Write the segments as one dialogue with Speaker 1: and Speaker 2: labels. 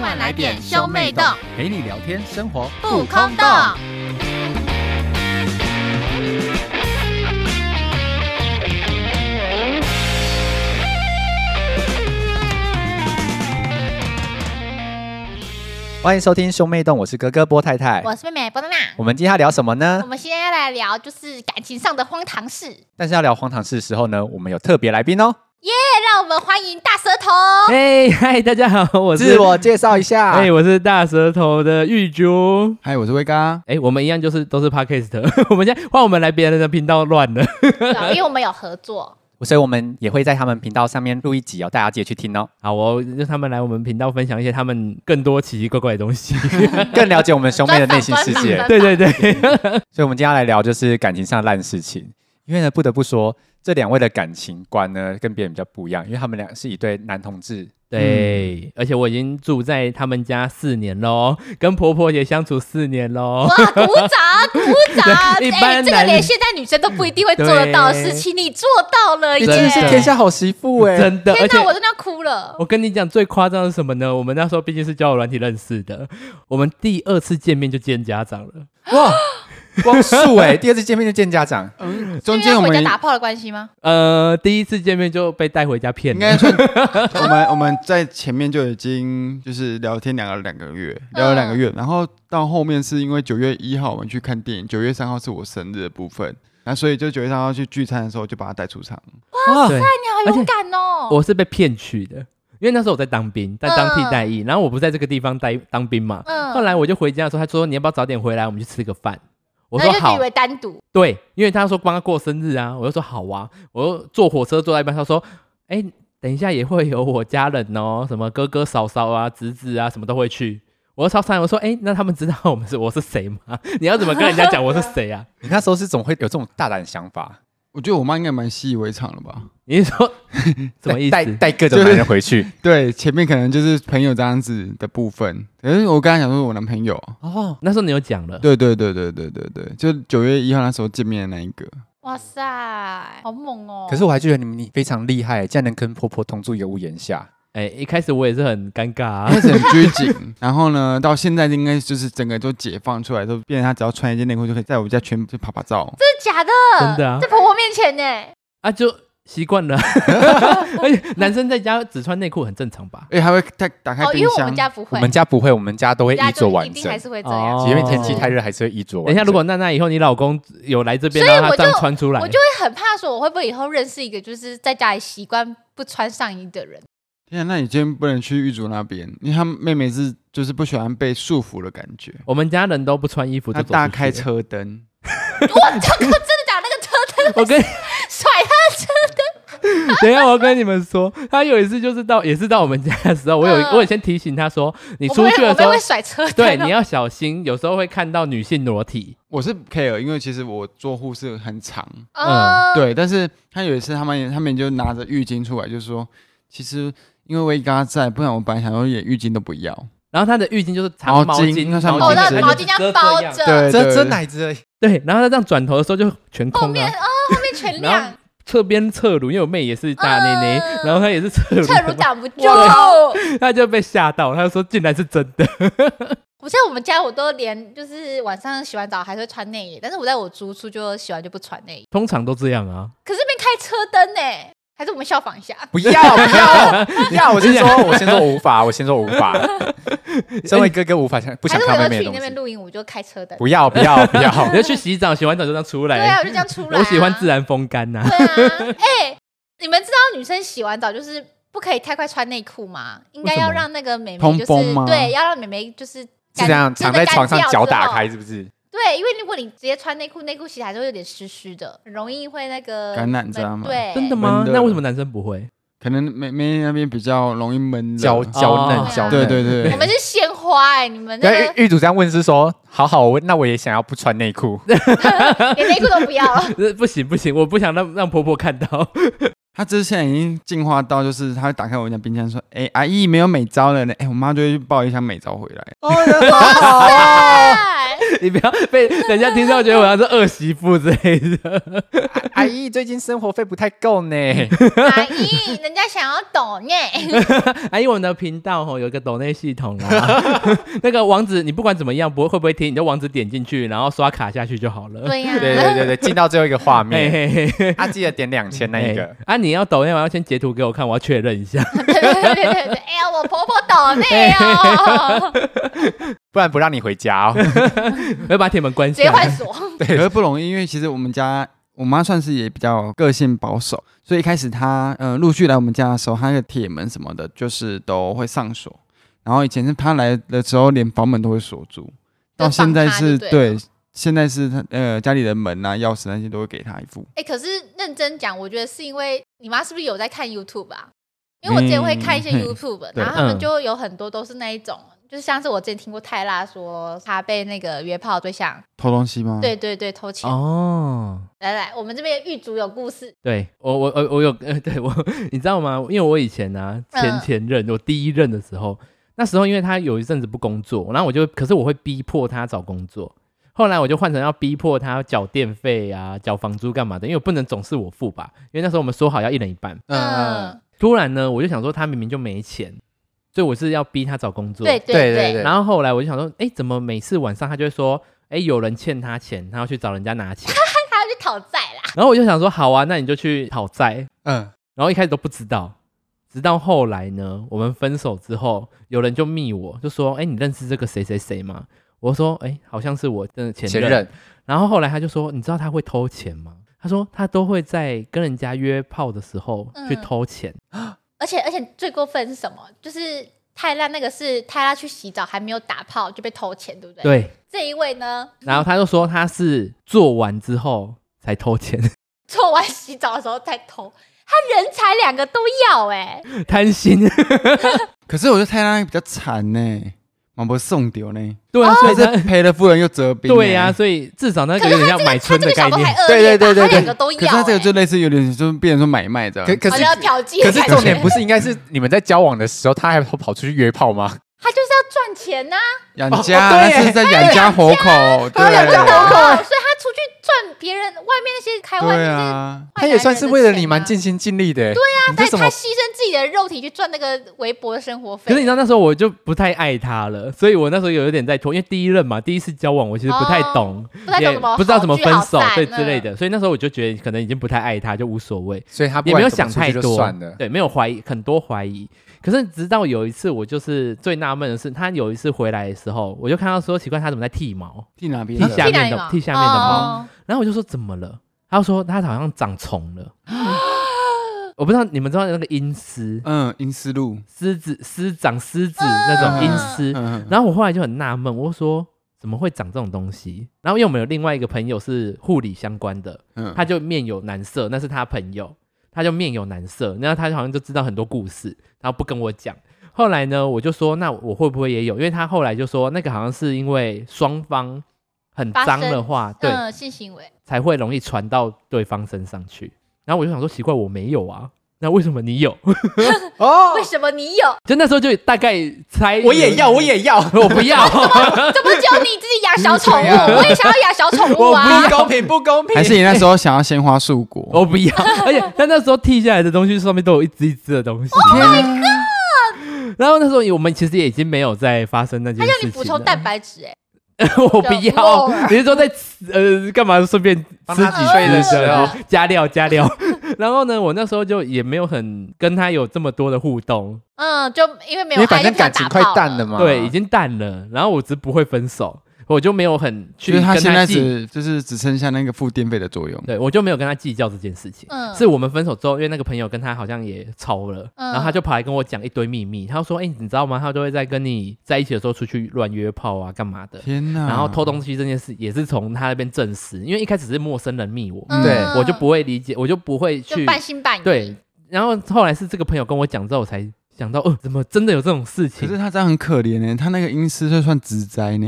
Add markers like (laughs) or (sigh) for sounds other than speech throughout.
Speaker 1: 快来点兄妹洞，
Speaker 2: 陪你聊天，生活
Speaker 1: 不空洞。
Speaker 2: 欢迎收听兄妹洞，我是哥哥波太太。
Speaker 1: 我是妹妹波娜娜，
Speaker 2: 我们今天要聊什么呢
Speaker 1: 我？们现在来聊就是感情上的荒唐事。耶，
Speaker 2: 但是要聊荒唐事的时候呢，我们有特别来宾哦。
Speaker 1: 哎让我们欢迎大舌头。
Speaker 3: (laughs) 嘿，哎嗨，大家好，我是
Speaker 2: 自我介绍一下，
Speaker 3: 哎、我是大舌头的玉珠。
Speaker 4: 嗨，我是威哥。
Speaker 3: 哎、我们一样就是都是 podcast，我们 (laughs) 现在换我们来别人的频道乱 (laughs) 了。
Speaker 1: 对因为我们有合作，
Speaker 2: 所以我们也会在他们频道上面录一集哦，大家记得去听哦，
Speaker 3: 好哦，就他们来我们频道分享一些他们更多奇奇怪怪的东西。
Speaker 2: 更了解我们兄妹的内心世界
Speaker 1: (laughs) 专。访
Speaker 3: (laughs) 对对对，
Speaker 2: 所以，我们今天要来聊就是感情上的烂事情。因为呢，不得不说，这两位的感情观呢跟别人比较不一样，因为他们俩是一对男同志。
Speaker 3: 对，而且我已经住在他们家四年喽，跟婆婆也相处四年喽。
Speaker 1: 哇，鼓掌鼓掌！
Speaker 3: 对一
Speaker 1: 哎、
Speaker 3: 般
Speaker 1: 这个
Speaker 3: 男
Speaker 1: 连现在女生都不一定会做得到的事情，你做到了耶！
Speaker 2: 你真的是天下好媳妇哎、
Speaker 3: 真的，而
Speaker 1: 天
Speaker 3: 且
Speaker 1: 哪，我真的要哭了。
Speaker 3: 我跟你讲，最夸张的是什么呢？我们那时候毕竟是交友软体认识的，我们第二次见面就见家长了。
Speaker 2: 哇，光速哎、 (laughs) 第二次见面就见家长，
Speaker 4: 嗯，
Speaker 1: 是
Speaker 4: 中
Speaker 1: 因为
Speaker 4: 间我
Speaker 1: 啊回
Speaker 4: 们
Speaker 1: 家打炮的关系吗？
Speaker 3: 呃，第一次见面就被带回家骗
Speaker 4: 应
Speaker 3: 了
Speaker 4: 该。算，我们我们在前面就已经就是聊天两个两个月，聊了两个月，
Speaker 1: 嗯
Speaker 4: 然后到后面是因为九月一号我们去看电影，九月三号是我生日的部分，那所以就九月三号去聚餐的时候就把他带出场，
Speaker 3: 哇
Speaker 2: 塞
Speaker 1: 哎，你好勇敢哦！
Speaker 3: 我是被骗去的，因为那时候我在当兵，在当替代役，然后我不在这个地方待当兵嘛。
Speaker 1: 嗯
Speaker 3: 后来我就回家的时候，他说你要不要早点回来，我们去吃个饭。我说
Speaker 1: 那就
Speaker 3: 好
Speaker 1: 以，为单独，
Speaker 3: 对，因为他说帮他过生日啊，我就说好啊。我又坐火车坐到一半，他说，哎、等一下也会有我家人哦，什么哥哥嫂嫂啊、侄子啊，什么都会去。我就超惨，我说，哎、那他们知道我们是我是谁吗？ (laughs) 你要怎么跟人家讲我是谁啊？ (laughs)
Speaker 2: 你那时候是怎么会有这种大胆想法？
Speaker 4: 我觉得我妈应该蛮习以为常了吧？
Speaker 3: 你是说什么意
Speaker 2: 带
Speaker 3: 思？
Speaker 2: 带各种男人回去
Speaker 4: (laughs) 对，前面可能就是朋友这样子的部分，可是我刚才想说我男朋友，
Speaker 2: 哦，
Speaker 3: 那时候你有讲了，
Speaker 4: 对对对对对对对，就九月一号那时候见面的那一个，
Speaker 1: 哇塞，好猛哦！
Speaker 2: 可是我还觉得你们你非常厉害，竟然能跟婆婆同住一个屋檐下。
Speaker 3: 哎、一开始我也是很尴尬、
Speaker 1: (laughs)
Speaker 3: 啊
Speaker 4: 开。始很拘谨，然后呢，到现在应该就是整个都解放出来，都变成他只要穿一件内裤就可以在我们家全部拍拍照。
Speaker 1: 真的假的？
Speaker 3: 真的啊
Speaker 1: 在婆婆面前呢，
Speaker 3: 啊，就习
Speaker 1: (laughs)
Speaker 3: 惯了。而且男生在家只穿内裤很正常吧？
Speaker 4: 哎，还会打打开
Speaker 1: 哦，因
Speaker 4: 冰
Speaker 1: 为我
Speaker 4: 箱
Speaker 1: 们，家不会，
Speaker 2: 我们家不会，我们家都会
Speaker 1: 家
Speaker 2: 衣
Speaker 1: 就
Speaker 2: 着
Speaker 1: 一
Speaker 2: 完
Speaker 1: 定
Speaker 2: 整
Speaker 1: 还，是会这样。
Speaker 3: 哦
Speaker 2: 因为天气太热还是会衣着完整。
Speaker 3: 等一下，如果娜娜以后你老公有来这边，
Speaker 1: 所以
Speaker 3: 然
Speaker 1: 我
Speaker 3: 后他这样
Speaker 1: 就
Speaker 3: 穿出来，
Speaker 1: 我就会很怕说，我会不会以后认识一个就是在家里习惯不穿上衣的
Speaker 3: (laughs)
Speaker 1: 人？
Speaker 4: 天啊，那你今天不能去玉竹那边，因为他妹妹是就是不喜欢被束缚的感觉，
Speaker 3: 我们家人都不穿衣服，
Speaker 4: 她
Speaker 3: 就走
Speaker 4: 大
Speaker 3: 出去
Speaker 4: 开。车灯，
Speaker 1: 我操，真的假的？那个车灯
Speaker 3: 我跟
Speaker 1: 甩 (laughs) 他车，
Speaker 3: 等一下，我要跟你们说，他有一次就是到也是到我们家的时候，我有、
Speaker 1: 嗯
Speaker 3: 我有先提醒他说，你
Speaker 1: 我
Speaker 3: 出
Speaker 1: 们
Speaker 3: 去
Speaker 1: 会我
Speaker 3: 的时
Speaker 1: 们
Speaker 3: 候，
Speaker 1: 会甩车灯哦。
Speaker 3: 对你要小心，有时候会看到女性裸体。
Speaker 4: 我是 care，因为其实我做护士很长，
Speaker 3: 嗯
Speaker 1: 哦，
Speaker 4: 对，但是他有一次他们他们就拿着浴巾出来，就说其实。因为威嘎在，不然我本来想说连浴巾都不要。
Speaker 3: 然后他的浴巾就是长
Speaker 4: 毛
Speaker 3: 毛
Speaker 4: 巾
Speaker 3: 巾，
Speaker 4: 那算
Speaker 1: 哦，我
Speaker 4: 巾
Speaker 1: 的
Speaker 4: 是
Speaker 1: 毛巾这样包
Speaker 3: 样
Speaker 1: 着，
Speaker 4: 对
Speaker 2: 遮遮
Speaker 4: 对
Speaker 2: 奶子而已，
Speaker 3: 对，然后他这样转头的时候就全
Speaker 1: 后
Speaker 3: 空了、啊
Speaker 1: 面哦，后面全
Speaker 3: 然
Speaker 1: 亮
Speaker 3: 后，侧边侧乳，因为我妹也是大内内，
Speaker 1: 嗯
Speaker 3: 然后她也是侧乳，
Speaker 1: 侧乳挡不住。
Speaker 3: 哇 (laughs) 她就被吓到，她就说竟然是真的。
Speaker 1: 我在我们家，我都连就是晚上洗完澡还是会穿内衣，但是我在我租处就洗完就不穿内衣。
Speaker 3: 通常都这样啊，
Speaker 1: 可是没开车灯呢、欸还是我们效仿一下？
Speaker 2: 不要不要不 (laughs) 要！我先说，我先说我无法，我先说我无法。身为哥哥无法想不
Speaker 1: 还
Speaker 2: 想
Speaker 1: 是我
Speaker 2: 看
Speaker 1: 要
Speaker 2: 妹
Speaker 1: 去
Speaker 2: 妹的
Speaker 1: 你
Speaker 2: 东
Speaker 1: 那边
Speaker 2: 西，
Speaker 1: 录音，我就开车灯。
Speaker 2: 不要不要不
Speaker 1: (laughs)
Speaker 2: 要！
Speaker 3: 你就去洗澡，洗完澡就这样出来。
Speaker 1: 嗯对啊，我就这样出来、
Speaker 3: 我喜欢自。然风干呐、
Speaker 1: 对啊，哎、你们知道女生洗完澡就是不可以太快穿内裤吗？应该
Speaker 3: 为什么
Speaker 1: 要让那个美眉
Speaker 4: 通
Speaker 1: 就是
Speaker 4: 风吗
Speaker 1: 对，要让美眉就是
Speaker 2: 是
Speaker 1: 干。
Speaker 2: 这样，躺在床
Speaker 1: 真
Speaker 2: 上
Speaker 1: 的干掉
Speaker 2: 脚
Speaker 1: 之后
Speaker 2: 打开，是不是？
Speaker 1: 对，因为如果你直接穿内裤，内裤洗起来就会有点湿湿的，很容易会那个
Speaker 4: 感染知道吗
Speaker 1: 对，
Speaker 3: 真的吗？
Speaker 4: 真的
Speaker 3: 那为什么男生不会？
Speaker 4: 可能妹妹那边比较容易闷热
Speaker 2: 脚脚
Speaker 3: 哦
Speaker 2: 嫩脚
Speaker 4: 对
Speaker 2: 嫩。
Speaker 4: 对对，
Speaker 1: 我们是鲜花哎、你们那
Speaker 2: 但
Speaker 1: 个
Speaker 2: 玉玉主这样问是说，好好，我那我也想要不穿内裤。
Speaker 1: 连内裤都不要了。
Speaker 3: 呃不行不行，我不想让让婆婆看到。
Speaker 4: 他之前已经进化到，就是他会打开我家冰箱说：“哎、阿
Speaker 1: 哦
Speaker 4: 姨没有美招了呢。哎，我妈就会去抱一箱美招回来。
Speaker 2: 哦，好，
Speaker 1: 哎
Speaker 3: 你不要被人家听到觉得我像是二媳妇之类的。
Speaker 2: (laughs)
Speaker 3: (laughs)
Speaker 2: 阿姨最近生活费不太够呢，
Speaker 1: 阿姨，人家想要懂耶，
Speaker 3: 阿啊姨，我们的频道吼有一个抖内
Speaker 1: (laughs)
Speaker 3: 系统啦，那个网址你不管怎么样，不会会不会听，你就网址点进去，然后刷卡下去就好了。
Speaker 1: 对呀、
Speaker 2: 对对对对，进到最后一个画 (laughs)
Speaker 3: 嘿
Speaker 2: 面，
Speaker 3: 嘿嘿，
Speaker 2: 啊，记得点两千那一
Speaker 3: 嘿
Speaker 2: 个，
Speaker 3: 啊，你要抖内，我要先截图给我看，我要确认一下。
Speaker 1: (laughs)
Speaker 3: (laughs)
Speaker 1: 对对对对对，哎呀，我婆婆哎懂内哦，
Speaker 2: 不然不让你回家哦。
Speaker 3: 我要把铁门关
Speaker 1: 直
Speaker 3: 起
Speaker 1: 接换
Speaker 3: 来。
Speaker 1: 锁，
Speaker 4: 可是不容易，因为其实我们家我妈算是也比较个性保守，所以一开始她呃陆续来我们家的时候，她的铁门什么的，就是都会上锁。然后以前是她来的时候，连房门都会锁住，到现在是
Speaker 1: 就绑她就对了
Speaker 4: 对，现在是她呃家里的门啊、钥匙那些都会给她一副。
Speaker 1: 哎、可是认真讲，我觉得是因为你妈是不是有在看 YouTube 啊？因为我之前会看一些 (laughs)
Speaker 4: 嗯
Speaker 1: YouTube，、
Speaker 4: 对
Speaker 1: 然后他们
Speaker 3: 嗯
Speaker 1: 就有很多都是那一种，就是像是我之前听过泰拉说他被那个约炮对象，
Speaker 4: 偷东西吗？
Speaker 1: 对对对，偷钱。
Speaker 3: 哦，
Speaker 1: 来来，我们这边狱卒有故事，
Speaker 3: 对我我我我有 (laughs) 呃，对我你知道吗？因为我以前啊前
Speaker 1: 嗯
Speaker 3: 前任，我第一任的时候，那时候因为他有一阵子不工作，然后我就可是我会逼迫他找工作。后来我就换成要逼迫他缴电费啊、缴房租干嘛的，因为我不能总是我付吧，因为那时候我们说好要一人一半。
Speaker 1: 嗯，
Speaker 3: 突然呢，我就想说他明明就没钱，所以我是要逼他找工作。
Speaker 1: 对嗯对
Speaker 2: 对
Speaker 1: 对
Speaker 2: 对
Speaker 3: 然后后来我就想说，哎，怎么每次晚上他就会说，哎，有人欠他钱，他要去找人家拿钱。 (laughs)
Speaker 1: 他去讨债啦，
Speaker 3: 然后我就想说，好啊，那你就去讨债。
Speaker 4: 嗯，
Speaker 3: 然后一开始都不知道，直到后来呢，我们分手之后，有人就密我，就说：“哎，你认识这个谁谁谁吗？”我说：“哎，好像是我的前
Speaker 2: 前
Speaker 3: 任。
Speaker 2: 任，
Speaker 3: 然后后来他就说：“你知道他会偷钱吗？”他说：“他都会在跟人家约炮的时候
Speaker 1: 嗯
Speaker 3: 去偷钱。
Speaker 1: 而且而且最过分是什么？就是泰拉那个是泰拉去洗澡还没有打泡就被偷钱，对不对？。
Speaker 3: 对，
Speaker 1: 这一位呢，
Speaker 3: 然后他就说他是做完之后才偷钱， (laughs)
Speaker 1: 做完洗澡的时候再偷，他人才两个都要哎、
Speaker 3: 贪心。 (laughs)
Speaker 4: 可是我觉得泰拉比较惨呢、蛮不送丢呢，
Speaker 3: 对啊，所
Speaker 4: 但
Speaker 3: 以
Speaker 4: 哦是
Speaker 3: 他。
Speaker 4: 赔了夫人又折兵、欸
Speaker 3: 对呀、
Speaker 2: 哎
Speaker 4: 呀、
Speaker 3: 所以至少那个有点像买
Speaker 1: 他
Speaker 3: 春
Speaker 1: 这
Speaker 3: 的
Speaker 1: 个
Speaker 3: 概
Speaker 1: 小偷
Speaker 3: 念
Speaker 1: 还，恶
Speaker 2: 对
Speaker 1: 劣吧，
Speaker 2: 对对对
Speaker 1: 他两个都要、欸
Speaker 4: 可是他这个欸就类似有点就是变成说买卖这样。
Speaker 2: 可可
Speaker 1: 好
Speaker 2: 是
Speaker 1: 像要嫖妓
Speaker 2: 可
Speaker 1: 的
Speaker 2: 是
Speaker 1: 感觉，
Speaker 2: 重点不是应该是你们在交往的时候，他还跑跑出去约炮吗？
Speaker 1: 他就是要赚钱呐、
Speaker 4: 养家，
Speaker 2: 哦
Speaker 4: 那
Speaker 2: 对耶
Speaker 4: 是在养家活口，对
Speaker 2: 养家活口
Speaker 1: 哦，所以他出去赚别人外面那些开外
Speaker 4: 对
Speaker 1: 面这些
Speaker 4: 啊，
Speaker 2: 他也算是为了你蛮
Speaker 1: 尽，
Speaker 2: 尽心尽力的。对啊，你这
Speaker 1: 但
Speaker 2: 什
Speaker 1: 他
Speaker 2: 么？
Speaker 1: 牺牲自己的肉体去赚那个微薄的生活费。
Speaker 3: 可是你知道那时候我就不太爱他了，所以我那时候有一点在拖，因为第一任嘛，第一次交往我其实不太懂，
Speaker 1: 不太懂
Speaker 3: 也
Speaker 1: 怎么
Speaker 3: 不知道怎么分
Speaker 1: 好聚
Speaker 3: 手
Speaker 1: 好，散嗯
Speaker 3: 对之类的，所以那时候我就觉得可能已经不太爱他，就无所谓，
Speaker 2: 所以他不
Speaker 3: 也
Speaker 2: 管
Speaker 3: 没有
Speaker 2: 怎么
Speaker 3: 想
Speaker 2: 出去
Speaker 3: 太
Speaker 2: 就
Speaker 3: 多
Speaker 2: 算了，。
Speaker 3: 对，没有怀疑，很多怀疑。可是直到有一次，我就是最纳闷的是，他有一次回来的时候，我就看到说奇怪，他怎么在剃毛，
Speaker 4: 剃哪边
Speaker 3: 剃下
Speaker 1: 剃
Speaker 3: 面
Speaker 1: 哪里
Speaker 3: 的
Speaker 1: 毛
Speaker 3: 剃下面的毛，
Speaker 1: 哦
Speaker 3: 然后我就说怎么了？他就说他好像长虫了， (gasps) 我不知道你们知道那个阴丝，
Speaker 4: 嗯，阴丝路，
Speaker 3: 狮子狮长狮子那种阴丝。
Speaker 4: 嗯，
Speaker 3: 然后我后来就很纳闷，我说怎么会长这种东西？然后因为我们有另外一个朋友是护理相关的，
Speaker 4: 嗯
Speaker 3: 他就面有难色，那是他朋友，他就面有难色，然后他好像就知道很多故事，然后不跟我讲。后来呢，我就说那我会不会也有？因为他后来就说那个好像是因为双方很
Speaker 1: 发
Speaker 3: 脏
Speaker 1: 生
Speaker 3: 的话，对，
Speaker 1: 嗯，性行为，
Speaker 3: 才会容易传到对方身上去。然后我就想说奇怪，我没有啊，那为什么你有？ (laughs)
Speaker 2: 哦
Speaker 1: 为，什么你有？
Speaker 3: 就那时候就大概猜，
Speaker 2: 我也要，我也要，
Speaker 3: (laughs) 我不要，
Speaker 1: 这不是只有你自己养小宠
Speaker 3: (laughs)
Speaker 4: 你
Speaker 3: 啊
Speaker 4: 怎
Speaker 1: 物，
Speaker 4: 么样
Speaker 1: 我也想要养小宠物啊！
Speaker 2: 不公平，不公平。
Speaker 4: 还是你那时候想要鲜花素果？
Speaker 3: 我不要。而且他那时候剃下来的东西上面都有一只一只的东西。然后那时候我们其实也已经没有在发生那件
Speaker 1: 他
Speaker 3: 事
Speaker 1: 叫
Speaker 3: 情了。
Speaker 1: 你补充蛋白质，哎，
Speaker 3: (laughs) 我不要
Speaker 1: 肉。
Speaker 3: 你是说在吃呃干嘛？顺便
Speaker 2: 帮
Speaker 3: 吃
Speaker 2: 他
Speaker 3: 几
Speaker 2: 吹的
Speaker 3: 次
Speaker 2: 时候
Speaker 3: 加料加料。 (laughs) 然后呢，我那时候就也没有很跟他有这么多的互动，
Speaker 1: 嗯，就因为没
Speaker 2: (laughs)
Speaker 1: 有
Speaker 2: 因为
Speaker 1: 爱，
Speaker 2: 反正
Speaker 1: 就不想
Speaker 2: 感情
Speaker 1: 打
Speaker 2: 快
Speaker 1: 炮
Speaker 2: 淡了嘛。
Speaker 3: 对，已经淡了。然后我只不会分手，我就没有很去
Speaker 4: 就是
Speaker 3: 跟
Speaker 4: 他现在
Speaker 3: 计
Speaker 4: 只就是只剩下那个付电费的作用。
Speaker 3: 对，我就没有跟他计较这件事情。
Speaker 1: 嗯
Speaker 3: 是我们分手之后，因为那个朋友跟他好像也吵了，
Speaker 1: 嗯
Speaker 3: 然后他就跑来跟我讲一堆秘密。他就说：“哎、你知道吗？他都会在跟你在一起的时候出去乱约炮啊，干嘛的？
Speaker 4: 天哪！
Speaker 3: 然后偷东西这件事也是从他那边证实，因为一开始是陌生人密我，
Speaker 1: 嗯
Speaker 2: 对
Speaker 3: 我就不会理解，我就不会
Speaker 1: 就
Speaker 3: 去
Speaker 1: 半信半疑。
Speaker 3: 对。然后后来是这个朋友跟我讲之后，我才想到，哦，怎么真的有这种事
Speaker 4: 可
Speaker 3: 情
Speaker 4: 是？他这样很可怜欸呢，他那个阴丝就算植
Speaker 3: (laughs)
Speaker 4: 栽呢。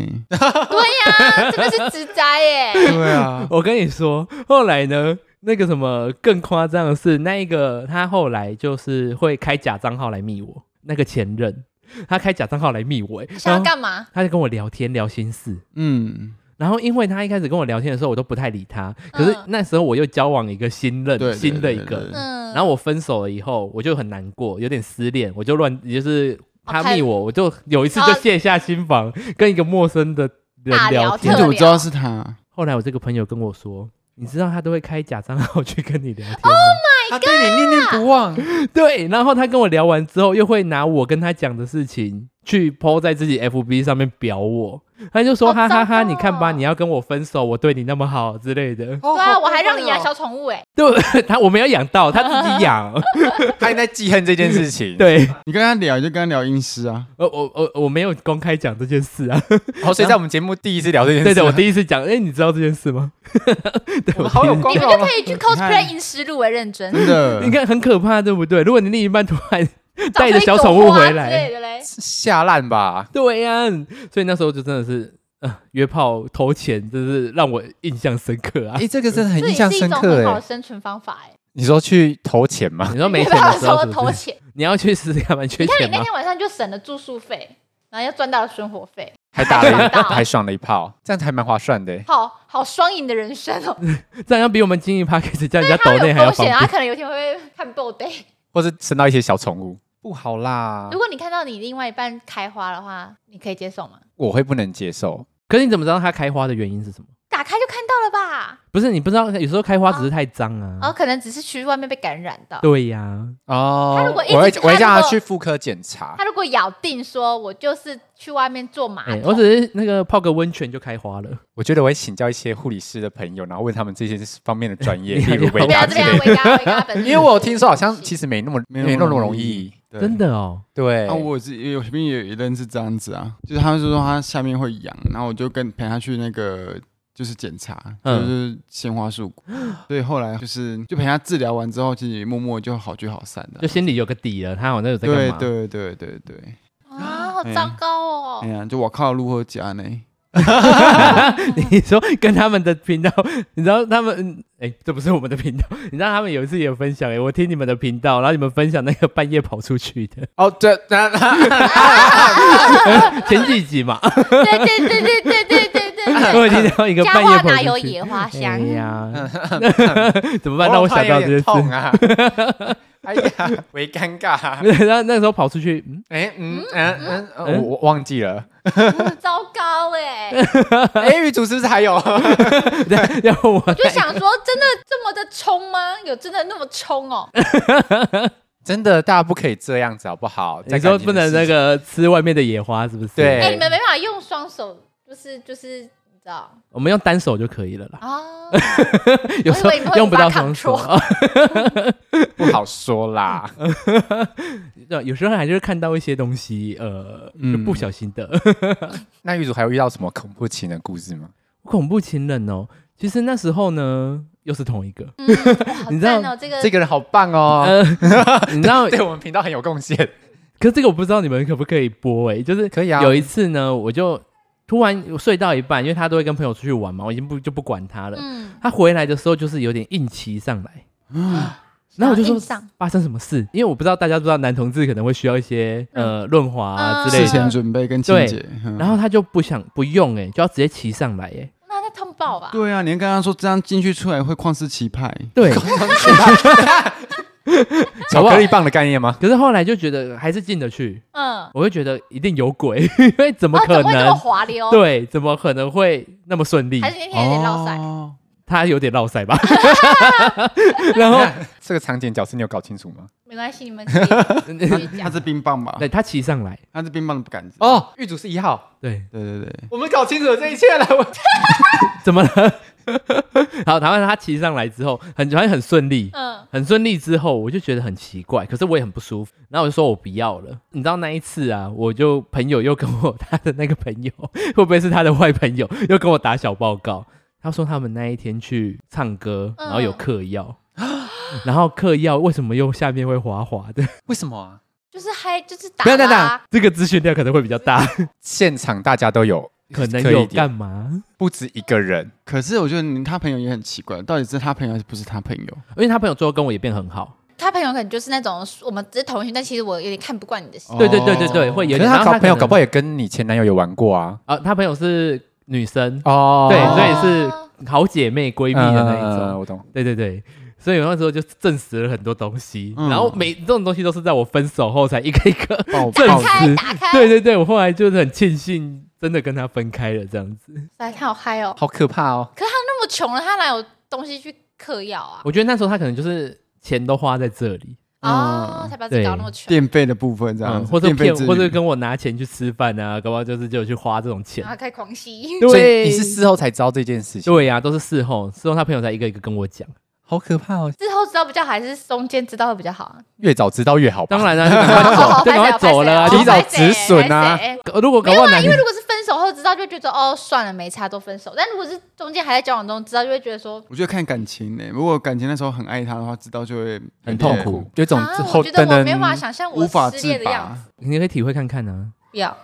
Speaker 1: 对呀，真的是直灾耶！
Speaker 4: 对 (laughs) 啊，
Speaker 3: 我跟你说，后来呢，那个什么更夸张的是，那一个他后来就是会开假账号来密我，那个前任，他开假账号来密我、欸，
Speaker 1: 想
Speaker 3: 然
Speaker 1: 要
Speaker 3: 后
Speaker 1: 干嘛？
Speaker 3: 他就跟我聊天聊心事，
Speaker 4: 嗯，
Speaker 3: 然然后因为他一开始跟我聊天的时候，我都不太理他，可是
Speaker 1: 嗯
Speaker 3: 那时候我又交往一个新任，
Speaker 4: 对对
Speaker 3: 新的一
Speaker 4: 对对
Speaker 3: 个
Speaker 4: 对，
Speaker 1: 嗯，
Speaker 3: 然后我分手了以后，我就很难过，有点失恋，我就乱，也就是他
Speaker 1: 哦开
Speaker 3: 密我，我就有一次就卸下心防，跟一个陌生的人
Speaker 1: 大聊
Speaker 3: 聊
Speaker 4: 你
Speaker 1: 特
Speaker 3: 天。
Speaker 4: 怎么知道是他？
Speaker 3: 后来我这个朋友跟我说。你知道他都会开假账号去跟你聊天吗 (laughs)
Speaker 1: Oh
Speaker 2: (laughs) 他啊对你念念不忘，
Speaker 3: 对，然后他跟我聊完之后，又会拿我跟他讲的事情去 PO 在自己 FB 上面表我，他就说
Speaker 1: 好
Speaker 3: 哈哈哈，
Speaker 1: 糟糕啊
Speaker 3: 你看吧，你要跟我分手，我对你那么好之类的。
Speaker 1: 对啊，我还让你
Speaker 2: 啊
Speaker 1: 养，小宠物哎，
Speaker 3: 对， (laughs) 他我没有养
Speaker 1: (laughs)
Speaker 3: 到，他自己养。
Speaker 2: (laughs) 他应该记恨这件事情。
Speaker 3: (laughs) 对，
Speaker 4: 你跟他聊，你就跟他聊阴湿啊。
Speaker 3: 呃，我我我没有公开讲这件事啊。
Speaker 2: 好，哦所以在我们节目第一次聊这件事，啊
Speaker 3: 对的，我第一次讲，哎、你知道这件事吗？
Speaker 2: 我们好有光
Speaker 1: 你们
Speaker 2: 荣
Speaker 1: 就
Speaker 2: 啊
Speaker 1: 可！以去
Speaker 4: 看
Speaker 1: cosplay 饮食路为认真，
Speaker 4: 真
Speaker 3: (laughs)
Speaker 4: 的
Speaker 3: 应，该很可怕，对不对？如果你另一半突然
Speaker 1: 找出
Speaker 3: 带着
Speaker 1: 一
Speaker 3: 小
Speaker 1: 朵
Speaker 3: 宠物
Speaker 1: 花
Speaker 3: 回
Speaker 1: 之
Speaker 3: 来哎
Speaker 1: 类的嘞，
Speaker 2: 下烂吧，
Speaker 3: (laughs) 对呀、所以那时候就真的是，呃，约炮投钱，真是让我印象深刻啊
Speaker 2: 哎、。这个真的很
Speaker 1: 这
Speaker 2: 印
Speaker 1: 也
Speaker 2: 象
Speaker 1: 是一
Speaker 2: 深
Speaker 1: 种
Speaker 2: 刻
Speaker 1: 很好
Speaker 2: 哎
Speaker 1: 的。生存方法哎。
Speaker 2: 你说去投
Speaker 1: (laughs)
Speaker 2: 钱吗？
Speaker 3: (laughs) 你说没
Speaker 1: 没
Speaker 3: 钱
Speaker 1: 办
Speaker 3: 的
Speaker 1: 法
Speaker 3: 时候
Speaker 1: 说
Speaker 3: 是不
Speaker 1: 投
Speaker 3: 是， (laughs)
Speaker 1: 钱，
Speaker 3: 你要去斯里兰缺
Speaker 1: 你看你
Speaker 3: 钱
Speaker 1: 那
Speaker 3: 吗？
Speaker 1: 天晚上就省了住宿费，然后又赚到了生活费，
Speaker 2: 还打
Speaker 1: 还
Speaker 2: 了
Speaker 1: 爽
Speaker 2: 一
Speaker 1: 到
Speaker 2: 还爽了一炮，这样还蛮划算的。欸
Speaker 1: 好好双赢的人生哦。
Speaker 3: 这样要比我们经营 p a c k a g e 叫人家 (laughs) 抖
Speaker 1: 他
Speaker 3: 内
Speaker 1: 有
Speaker 3: 还要啊
Speaker 1: 风
Speaker 3: 方
Speaker 1: 险，啊
Speaker 3: 便
Speaker 1: 他。可能有一天会被看 b o
Speaker 3: (laughs)
Speaker 1: day。
Speaker 2: 或是生到一些小宠物，不好啦
Speaker 1: 如，果你看到你另外一半开花的话，你可以接受吗？
Speaker 2: 我会不能接受。
Speaker 3: 可是你怎么知道它开花的原因是什么？
Speaker 1: 打开就看到了吧？
Speaker 3: 不是你不知道，有时候开花只
Speaker 1: 哦
Speaker 3: 是太脏啊。
Speaker 1: 然后可能只是去外面被感染到。
Speaker 3: 对呀、
Speaker 2: 哦
Speaker 1: 他如果一直
Speaker 2: 我
Speaker 1: 他
Speaker 2: 会
Speaker 1: 如
Speaker 2: 我
Speaker 1: 果
Speaker 2: 会叫他去妇科检查
Speaker 1: 他，如果咬定说我就是去外面做马
Speaker 3: 哎
Speaker 1: 桶，
Speaker 3: 我只是那个泡个温泉就开花了。
Speaker 2: 我觉得我会请教一些护理师的朋友，然后问他们这些方面的专 (laughs) 业，
Speaker 3: 你
Speaker 2: 例如
Speaker 3: 你
Speaker 2: 维
Speaker 1: 这
Speaker 2: 达
Speaker 1: 边
Speaker 2: 之
Speaker 1: 这
Speaker 2: 类
Speaker 1: 边维
Speaker 2: 的。
Speaker 1: 嘎维嘎本
Speaker 3: (laughs)
Speaker 1: 身，
Speaker 2: 因为我有听说好像其实没那么
Speaker 4: 没
Speaker 2: 没
Speaker 4: 有那么
Speaker 2: 那么
Speaker 4: 容
Speaker 2: 容
Speaker 4: 易
Speaker 2: 易，
Speaker 3: 真的哦，
Speaker 2: 对。
Speaker 4: 啊，我是有身边有一任是这样子啊，就是他是说他下面会痒，然后我就跟陪他去那个就是检查，就
Speaker 3: 嗯
Speaker 4: 是鲜花束骨，
Speaker 3: (laughs)
Speaker 4: 所以后来就是就陪他治疗完之后，其实默默就好聚好散的
Speaker 3: 就。心里有个底了，他好像有在干
Speaker 4: 对
Speaker 3: 嘛。
Speaker 4: 对对对对，
Speaker 1: 啊，好糟糕
Speaker 4: 哎
Speaker 1: 哦。
Speaker 4: 呀，就我靠，如何家呢？
Speaker 3: (laughs) 你说跟他们的频道，你知道他们，嗯哎、这不是我们的频道， (laughs) 你知道他们有一次也有分享、哎，我听你们的频道，然后你们分享那个半夜跑出去的 (laughs)
Speaker 2: 哦，对，那那
Speaker 3: 前几集嘛，
Speaker 1: 对对对对对对对对
Speaker 3: 我有听哎到一个
Speaker 1: 对，家
Speaker 3: 半夜
Speaker 1: 花 (laughs)
Speaker 3: 跑
Speaker 1: 哪有
Speaker 3: 出去。
Speaker 1: 野花香
Speaker 3: 哎？呀， (laughs) 怎
Speaker 2: (laughs)
Speaker 3: 么办？让我想到这
Speaker 2: 哦点
Speaker 3: 件事。
Speaker 2: 痛啊！哎呀，为尴尬啊。
Speaker 3: 然后 (laughs) 那时候跑出去，嗯，
Speaker 2: (laughs) 哎嗯嗯嗯呃，
Speaker 3: 嗯
Speaker 2: 我我忘记了。
Speaker 1: 糟糕哎！
Speaker 2: 哎，玉竹是不是还有？ (laughs)
Speaker 3: 要我
Speaker 1: 我就想说，真的这么的冲吗？有真的那么冲哦？
Speaker 3: 哎
Speaker 2: 真的，大家不可以这样子好不好？
Speaker 3: (laughs) 你
Speaker 2: 在
Speaker 3: 说
Speaker 2: 感情
Speaker 3: 不
Speaker 2: 的
Speaker 3: 能
Speaker 2: 事
Speaker 3: 那
Speaker 2: 情
Speaker 3: 个吃外面的野花，是不是？
Speaker 2: 对
Speaker 1: 哎，你们没办法用双手，就是就是，你知道
Speaker 3: 我们用单手就可以了啦。 (laughs)
Speaker 1: 啊？
Speaker 3: 有时候
Speaker 1: 我以为你会
Speaker 3: 用不到
Speaker 1: 无法
Speaker 3: 双手，
Speaker 2: 不好说
Speaker 3: (laughs)
Speaker 2: 啦。
Speaker 3: 对 (laughs) 有时候还就是看到一些东西，呃，就
Speaker 4: 嗯
Speaker 3: 不小心的。
Speaker 2: 那玉竹还有遇到什么恐怖情人故事吗？
Speaker 3: 恐怖情人哦，其实那时候呢，又是同一个。
Speaker 1: 嗯，哇好
Speaker 3: 你知道
Speaker 1: 赞哦，这个
Speaker 2: 这个人好棒哦，
Speaker 3: 呃， (laughs) 你知道，
Speaker 2: 对我们频道很有贡献。
Speaker 3: 可是这个我不知道你们可不 (laughs) 可以播哎、就是
Speaker 2: 可以啊，
Speaker 3: 有一次呢，我就突然睡到一半，因为他都会跟朋友出去玩嘛，我已经不就不管他了。
Speaker 1: 嗯，
Speaker 3: 他回来的时候就是有点硬气上来，然后我就
Speaker 1: 想
Speaker 3: 说
Speaker 1: 硬上
Speaker 3: 发生什么事？因为我不知道大家知不知道男同志可能会需要一些呃润滑啊
Speaker 1: 嗯
Speaker 3: 之类
Speaker 4: 事
Speaker 3: 的，
Speaker 4: 前准备跟清
Speaker 3: 对
Speaker 4: 洁。嗯
Speaker 3: 然后他就不想不用哎、就要直接骑上来哎、
Speaker 2: (laughs)
Speaker 1: 那他痛爆吧？
Speaker 4: 对啊，你跟他说这样进去出来会旷世奇派，
Speaker 3: 对，啊
Speaker 2: 巧克力棒的概念吗？
Speaker 3: 可是后来就觉得还是进得去，
Speaker 1: 嗯，
Speaker 3: 我会觉得一定有鬼， (laughs) 因为怎么
Speaker 1: 啊
Speaker 3: 可
Speaker 1: 怎么会这
Speaker 3: 能？
Speaker 1: 么滑溜？，
Speaker 3: 对，怎么可能会那么顺利
Speaker 1: 还？是那天有点落塞？
Speaker 4: 哦
Speaker 3: 他有点落
Speaker 1: (laughs)
Speaker 3: 塞吧。然后，
Speaker 2: 这个场景角色你有搞清楚吗？
Speaker 1: 没关系，你们可以继续
Speaker 4: 他
Speaker 1: 讲。
Speaker 4: 是冰棒吧？
Speaker 3: 对他骑上来，
Speaker 4: 他是冰棒的杆子。
Speaker 2: 哦，玉竹是一号，
Speaker 3: 对，
Speaker 4: 对对对，
Speaker 2: 我们搞清楚了这一切了。 (laughs) 我
Speaker 3: 怎么了？好，然后他骑上来之后，很反正很顺利，
Speaker 1: 嗯，
Speaker 3: 很顺利之后，我就觉得很奇怪，可是我也很不舒服。然后我就说我不要了。你知道那一次啊，我就朋友又跟我他的那个朋友， (laughs) 会不会是他的坏朋友，又跟我打小报告。他说他们那一天去唱歌，然后有
Speaker 1: 嗯
Speaker 3: 嗑
Speaker 1: (gasps)
Speaker 3: 药，然后嗑药为什么又下面会滑滑的？
Speaker 2: 为什么啊？
Speaker 1: 就是嗨，就是打
Speaker 2: 不要再
Speaker 1: 啦，
Speaker 3: 这个资讯量可能会比较大，
Speaker 2: 现场大家都有，
Speaker 3: 可
Speaker 2: (laughs)
Speaker 3: 能
Speaker 2: 可以
Speaker 3: 有
Speaker 2: 点
Speaker 3: 干嘛？
Speaker 2: 不止一个人。
Speaker 4: 可是我觉得你他朋友也很奇怪，到底是他朋友还是不是他朋友？
Speaker 3: 因为他朋友最后跟我也变很好，
Speaker 1: 他朋友可能就是那种我们只是同学，但其实我有点看不惯你的事。
Speaker 4: 哦
Speaker 3: 对对对对对会有
Speaker 2: 哦可
Speaker 3: 点
Speaker 2: 是他
Speaker 3: 然后
Speaker 2: 搞
Speaker 3: 他
Speaker 2: 朋友
Speaker 3: 可能
Speaker 2: 搞不好也跟你前男友有玩过啊。
Speaker 3: 呃啊，他朋友是女生，
Speaker 2: 哦
Speaker 3: 对，所以是好姐妹闺蜜的那一
Speaker 2: 嗯
Speaker 3: 种。
Speaker 2: 我懂。
Speaker 3: 对对对，所以我那时候就证实了很多东西，
Speaker 4: 嗯
Speaker 3: 然后每这种东西都是在我分手后才一个一个
Speaker 2: (laughs)
Speaker 4: 爆
Speaker 3: 证
Speaker 2: 哦
Speaker 4: 爆
Speaker 1: 开
Speaker 3: 实。
Speaker 1: 打开，
Speaker 3: 对对对，我后来就是很庆幸，真的跟他分开了这样子。
Speaker 1: 来他好嗨哦！
Speaker 2: 好可怕哦！
Speaker 1: 那么穷了，他哪有东西去嗑药啊？
Speaker 3: 我觉得那时候他可能就是钱都花在这里，
Speaker 1: 哦，
Speaker 4: 嗯
Speaker 1: 才把自己搞那么穷，
Speaker 4: 电费的部分这样
Speaker 3: 嗯，
Speaker 4: 子，
Speaker 3: 或者
Speaker 4: 电费
Speaker 3: 骗，
Speaker 4: 之
Speaker 3: 或者
Speaker 4: 旅
Speaker 3: 跟我拿钱去吃饭啊，搞不好就是就去花这种钱
Speaker 1: 然。后开始狂吸。 (laughs)
Speaker 2: 所以
Speaker 3: 对，
Speaker 2: 啊你是事后才知道这件事情，
Speaker 3: 对呀、都是事后，事后他朋友才一个一个跟我讲。
Speaker 2: 好可怕哦！
Speaker 1: 之后知道比较好，还是中间知道会比较好啊？
Speaker 2: 越早知道越好吧。
Speaker 3: 当然了、就赶快走，就赶快走了啊。
Speaker 2: 提
Speaker 3: 就
Speaker 2: 早止损啊
Speaker 3: 搞如果搞
Speaker 1: 没
Speaker 3: 不
Speaker 1: 有
Speaker 3: 好
Speaker 1: 啊，
Speaker 3: 男
Speaker 1: 因为如果是分手后知道，就觉得哦算了，没差都分手。但如果是中间还在交往中知道，就会觉得说
Speaker 4: 我觉得看感情呢、如果感情那时候很爱他的话，知道就会
Speaker 2: 很痛苦，有一种
Speaker 1: 啊，
Speaker 2: 后
Speaker 1: 我觉得
Speaker 2: 噔
Speaker 1: 我没办法
Speaker 2: 噔，
Speaker 1: 想象我
Speaker 4: 无法
Speaker 1: 失
Speaker 4: 自
Speaker 1: 恋的样子。
Speaker 4: 拔。
Speaker 3: 你可以体会看看啊。
Speaker 1: 不要，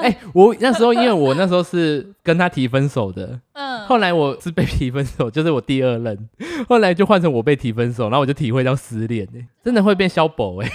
Speaker 3: 哎、我那时候因为我那时候是跟他提分手的，
Speaker 1: 嗯，
Speaker 3: 后来我是被提分手，就是我第二任，后来就换成我被提分手，然后我就体会到失恋、哎，真的会变消薄哎、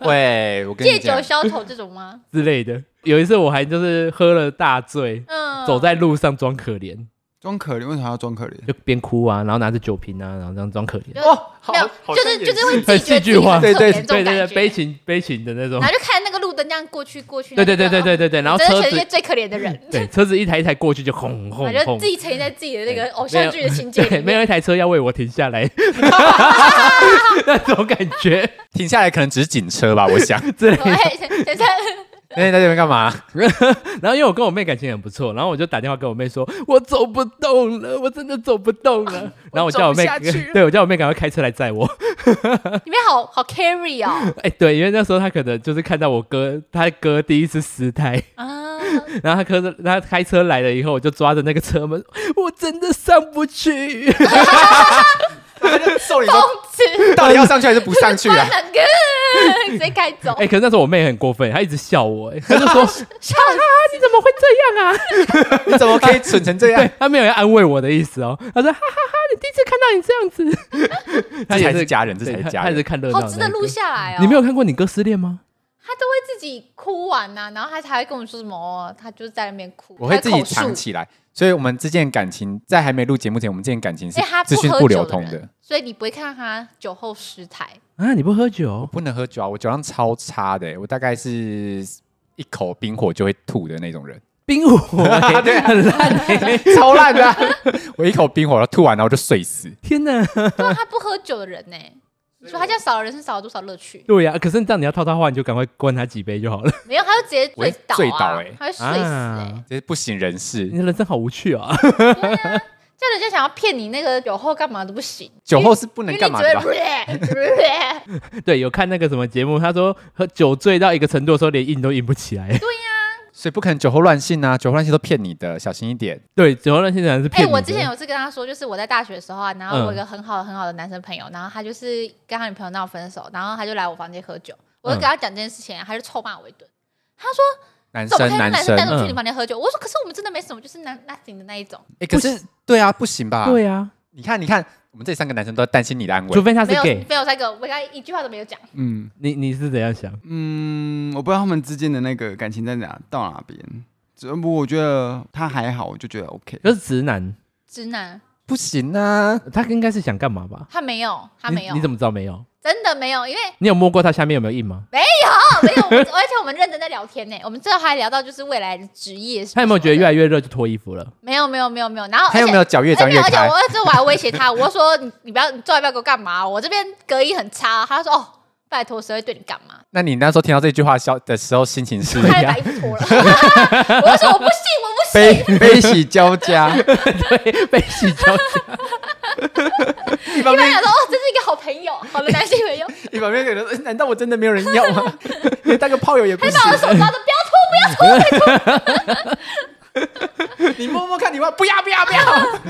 Speaker 2: (laughs) 喂，我跟
Speaker 1: 借
Speaker 2: 你
Speaker 1: 酒
Speaker 2: 讲，
Speaker 1: 消愁这种
Speaker 3: (laughs)
Speaker 1: 吗？
Speaker 3: 之类的。有一次我还就是喝了大醉，
Speaker 1: 嗯，
Speaker 3: 走在路上装可怜，
Speaker 2: 嗯
Speaker 4: 装可怜，为什么要装可怜？
Speaker 3: 就边哭啊，然后拿着酒瓶啊，然后这样装可怜，
Speaker 1: 就
Speaker 2: 哇，哦好
Speaker 1: 没有，就是就是会自己觉得自己
Speaker 3: 很戏剧
Speaker 1: 很
Speaker 3: 化
Speaker 1: 可怜
Speaker 2: 对对
Speaker 1: 这
Speaker 3: 对
Speaker 1: 种
Speaker 3: 对
Speaker 1: 感
Speaker 3: 对，悲
Speaker 1: 觉，
Speaker 3: 情悲情的那种
Speaker 1: 然，后就看那个路灯这样过去过去，
Speaker 3: 对对对对
Speaker 1: 对，
Speaker 3: 对对对，然后
Speaker 1: 真的
Speaker 3: 车
Speaker 1: 全世界
Speaker 3: 子
Speaker 1: 最可怜的 (laughs) 人，
Speaker 3: 对车子一台一台过去就轰轰
Speaker 1: 我觉得
Speaker 3: 轰
Speaker 1: 自。己沉浸在自己的那个
Speaker 3: 对
Speaker 1: 偶像剧的情节
Speaker 3: 对，
Speaker 1: 里
Speaker 3: (laughs) 没
Speaker 1: 面，
Speaker 3: 有一台车要为我停
Speaker 1: (laughs)
Speaker 3: 下来，那种感觉
Speaker 2: 停下来可能只是警车
Speaker 1: (laughs)
Speaker 2: 吧，我想。
Speaker 3: 之类的。
Speaker 1: 哎， (laughs) 先生，
Speaker 2: 哎那你在这边干嘛？
Speaker 3: 然后因为我跟我妹感情很不错，然后我就打电话跟我妹说，我走不动了，我真的走不动了。
Speaker 1: (laughs)
Speaker 3: 然后我叫我妹
Speaker 1: 走不下去，了
Speaker 3: (laughs) 对我叫我妹赶快开车来载我。 (laughs)
Speaker 1: 里面好好 carry 哦，
Speaker 3: 哎、对，因为那时候她可能就是看到我哥，她哥第一次失态， (laughs)
Speaker 1: 啊，
Speaker 3: 然后她哥她开车来了以后，我就抓着那个车门， (laughs) 我真的上不去。
Speaker 2: (laughs)
Speaker 1: 哦
Speaker 2: 送你
Speaker 1: 疯
Speaker 2: 说
Speaker 1: 子，
Speaker 2: 到底要上去还是不上
Speaker 1: (laughs)
Speaker 2: 去
Speaker 1: 巴
Speaker 2: 啊？
Speaker 1: 南哥，直接开走
Speaker 3: 哎、，可是那时候我妹很过分，她一直笑我、哎，她就
Speaker 1: (laughs)
Speaker 3: 说啊，
Speaker 1: 笑
Speaker 3: 你怎么会这样啊？
Speaker 2: 你怎么可以蠢成这样 (laughs)
Speaker 3: 对？她没有要安慰我的意思哦，她说哈哈哈，你第一次看到你这样 (laughs) 子，她
Speaker 2: 这
Speaker 3: 也
Speaker 2: 才
Speaker 3: 是
Speaker 2: 是家人，这
Speaker 3: 对
Speaker 2: 才
Speaker 3: 她
Speaker 2: 是家
Speaker 3: 她也是
Speaker 2: 人。
Speaker 3: 看热
Speaker 1: 好
Speaker 3: 闹那一个，
Speaker 1: 值得录下来哦，
Speaker 3: 你没有看过你哥失恋吗？
Speaker 1: 他都会自己哭完呐、然后他才会跟我们说什么，哦他就是在那边哭，
Speaker 2: 我会自己
Speaker 1: 他口
Speaker 2: 藏
Speaker 1: 述。
Speaker 2: 起来，所以我们之间的感情在还没录节目前，我们之间的感情是
Speaker 1: 因为他
Speaker 2: 资
Speaker 1: 不
Speaker 2: 讯
Speaker 1: 喝
Speaker 2: 不
Speaker 1: 酒
Speaker 2: 流通
Speaker 1: 的
Speaker 2: 的
Speaker 1: 人。，所以你不会看到他酒后失态。
Speaker 3: 啊，你不喝酒？
Speaker 2: 不能喝酒啊，我酒量超差的欸，我大概是一口冰火就会吐的那种
Speaker 1: (laughs)
Speaker 2: 人，
Speaker 3: 冰 (laughs) 火、欸，很烂、欸。
Speaker 2: 超烂的啊。 (laughs) 我一口冰火，然后吐完然后就睡死。
Speaker 3: 天哪！
Speaker 1: 对啊，他不喝酒的人呢、 (laughs) 所以他这样少了人生少了多少乐趣？
Speaker 3: 对呀、可是你这样你要套他话，你就赶快灌他几杯就好了。
Speaker 1: 没有，他就直接醉倒、啊，
Speaker 2: 我会醉倒欸啊
Speaker 1: 他会睡死哎、
Speaker 2: 这是不省人事
Speaker 3: (laughs) 你。的人生好无趣啊！
Speaker 1: 这人家想要骗你那个酒后干嘛都不行，
Speaker 2: 酒后是不
Speaker 1: 因
Speaker 2: 能
Speaker 1: 为
Speaker 2: 干
Speaker 1: 你
Speaker 2: 嘛
Speaker 1: 只
Speaker 2: 的
Speaker 1: 会
Speaker 2: 吧？ (laughs)
Speaker 1: (laughs) 对
Speaker 3: (laughs) 对，有看那个什么节目，他说喝酒醉到一个程度的时候，连硬都硬不起来。
Speaker 2: 所以不可能酒后乱性啊！酒后乱性都骗你的，小心一点。
Speaker 3: 对，酒后乱性的人是
Speaker 1: 哎、
Speaker 3: 骗你的。
Speaker 1: 我之前有次跟他说，就是我在大学的时候
Speaker 2: 嗯
Speaker 1: 啊，然后我有一个很好很好的男生朋友，然后他就是跟他女朋友闹分手，然后他就来我房间喝酒，我就跟他讲这件事情啊，他就臭骂我一顿。他说
Speaker 2: 男：“
Speaker 1: 怎么
Speaker 2: 生
Speaker 1: 可以让
Speaker 2: 男
Speaker 1: 男生
Speaker 2: 生，
Speaker 1: 带我去
Speaker 3: 嗯
Speaker 1: 你房间喝酒？”我说：“可是我们真的没什么，就是男 nothing 的那一种。
Speaker 2: 哎，可是对啊，不行吧？
Speaker 3: 对，呀、
Speaker 2: 你看，你看，我们这三个男生都在担心你的安
Speaker 3: 除
Speaker 2: 危。
Speaker 3: 非他”是
Speaker 1: 没有
Speaker 3: gay。
Speaker 1: 没有那个，我刚才一句话都没有讲。
Speaker 4: 嗯
Speaker 3: 你你是怎样想？
Speaker 4: 嗯，我不知道他们之间的那个感情在哪到哪边，只不过我觉得他还好，我就觉得 OK。
Speaker 3: 可是直男，
Speaker 1: 直男
Speaker 2: 不行啊！
Speaker 3: 他应该是想干嘛吧？
Speaker 1: 他没有，他没有，
Speaker 3: 你。你怎么知道没有？
Speaker 1: 真的没有？因为 (laughs)
Speaker 3: 你有摸过他下面有没有硬吗？
Speaker 1: 哦，没有，我们而且我们认真在聊天呢。我们最后还聊到就是未来的职业什么什么的。
Speaker 3: 他有没有觉得越来越热就脱衣服了？ (laughs)
Speaker 1: 没有没有没有没有？然后
Speaker 2: 他有
Speaker 1: 而
Speaker 2: 没
Speaker 1: 且
Speaker 2: 有脚越
Speaker 1: 而
Speaker 2: 张
Speaker 1: 且
Speaker 2: 越
Speaker 1: 而且
Speaker 2: 开
Speaker 1: 我？这我还威胁他，我说你你不要你坐在不要给我干嘛？我这边隔音很差。他说哦，拜托谁会对你干嘛？
Speaker 2: 那你那时候听到这句话消的时候，心
Speaker 1: (laughs)
Speaker 2: 情
Speaker 3: (laughs)
Speaker 2: 是
Speaker 1: 他就把衣服脱了。 (laughs) 我就说我不信，我不信。
Speaker 3: (laughs)
Speaker 4: 悲悲喜交
Speaker 1: (laughs)
Speaker 4: 加，
Speaker 3: 对，被洗 (laughs) 脚。
Speaker 2: 一方
Speaker 1: 一般想
Speaker 2: (laughs)
Speaker 1: 说哦，这是一个好朋友，好的男性朋友，
Speaker 2: 一方面觉得，难道我真的没有人
Speaker 1: (laughs)
Speaker 2: 要吗？连当个炮友也不行。
Speaker 1: 把我的手抓着，不要 (laughs)
Speaker 2: 你摸摸看，你摸，不要不要不要！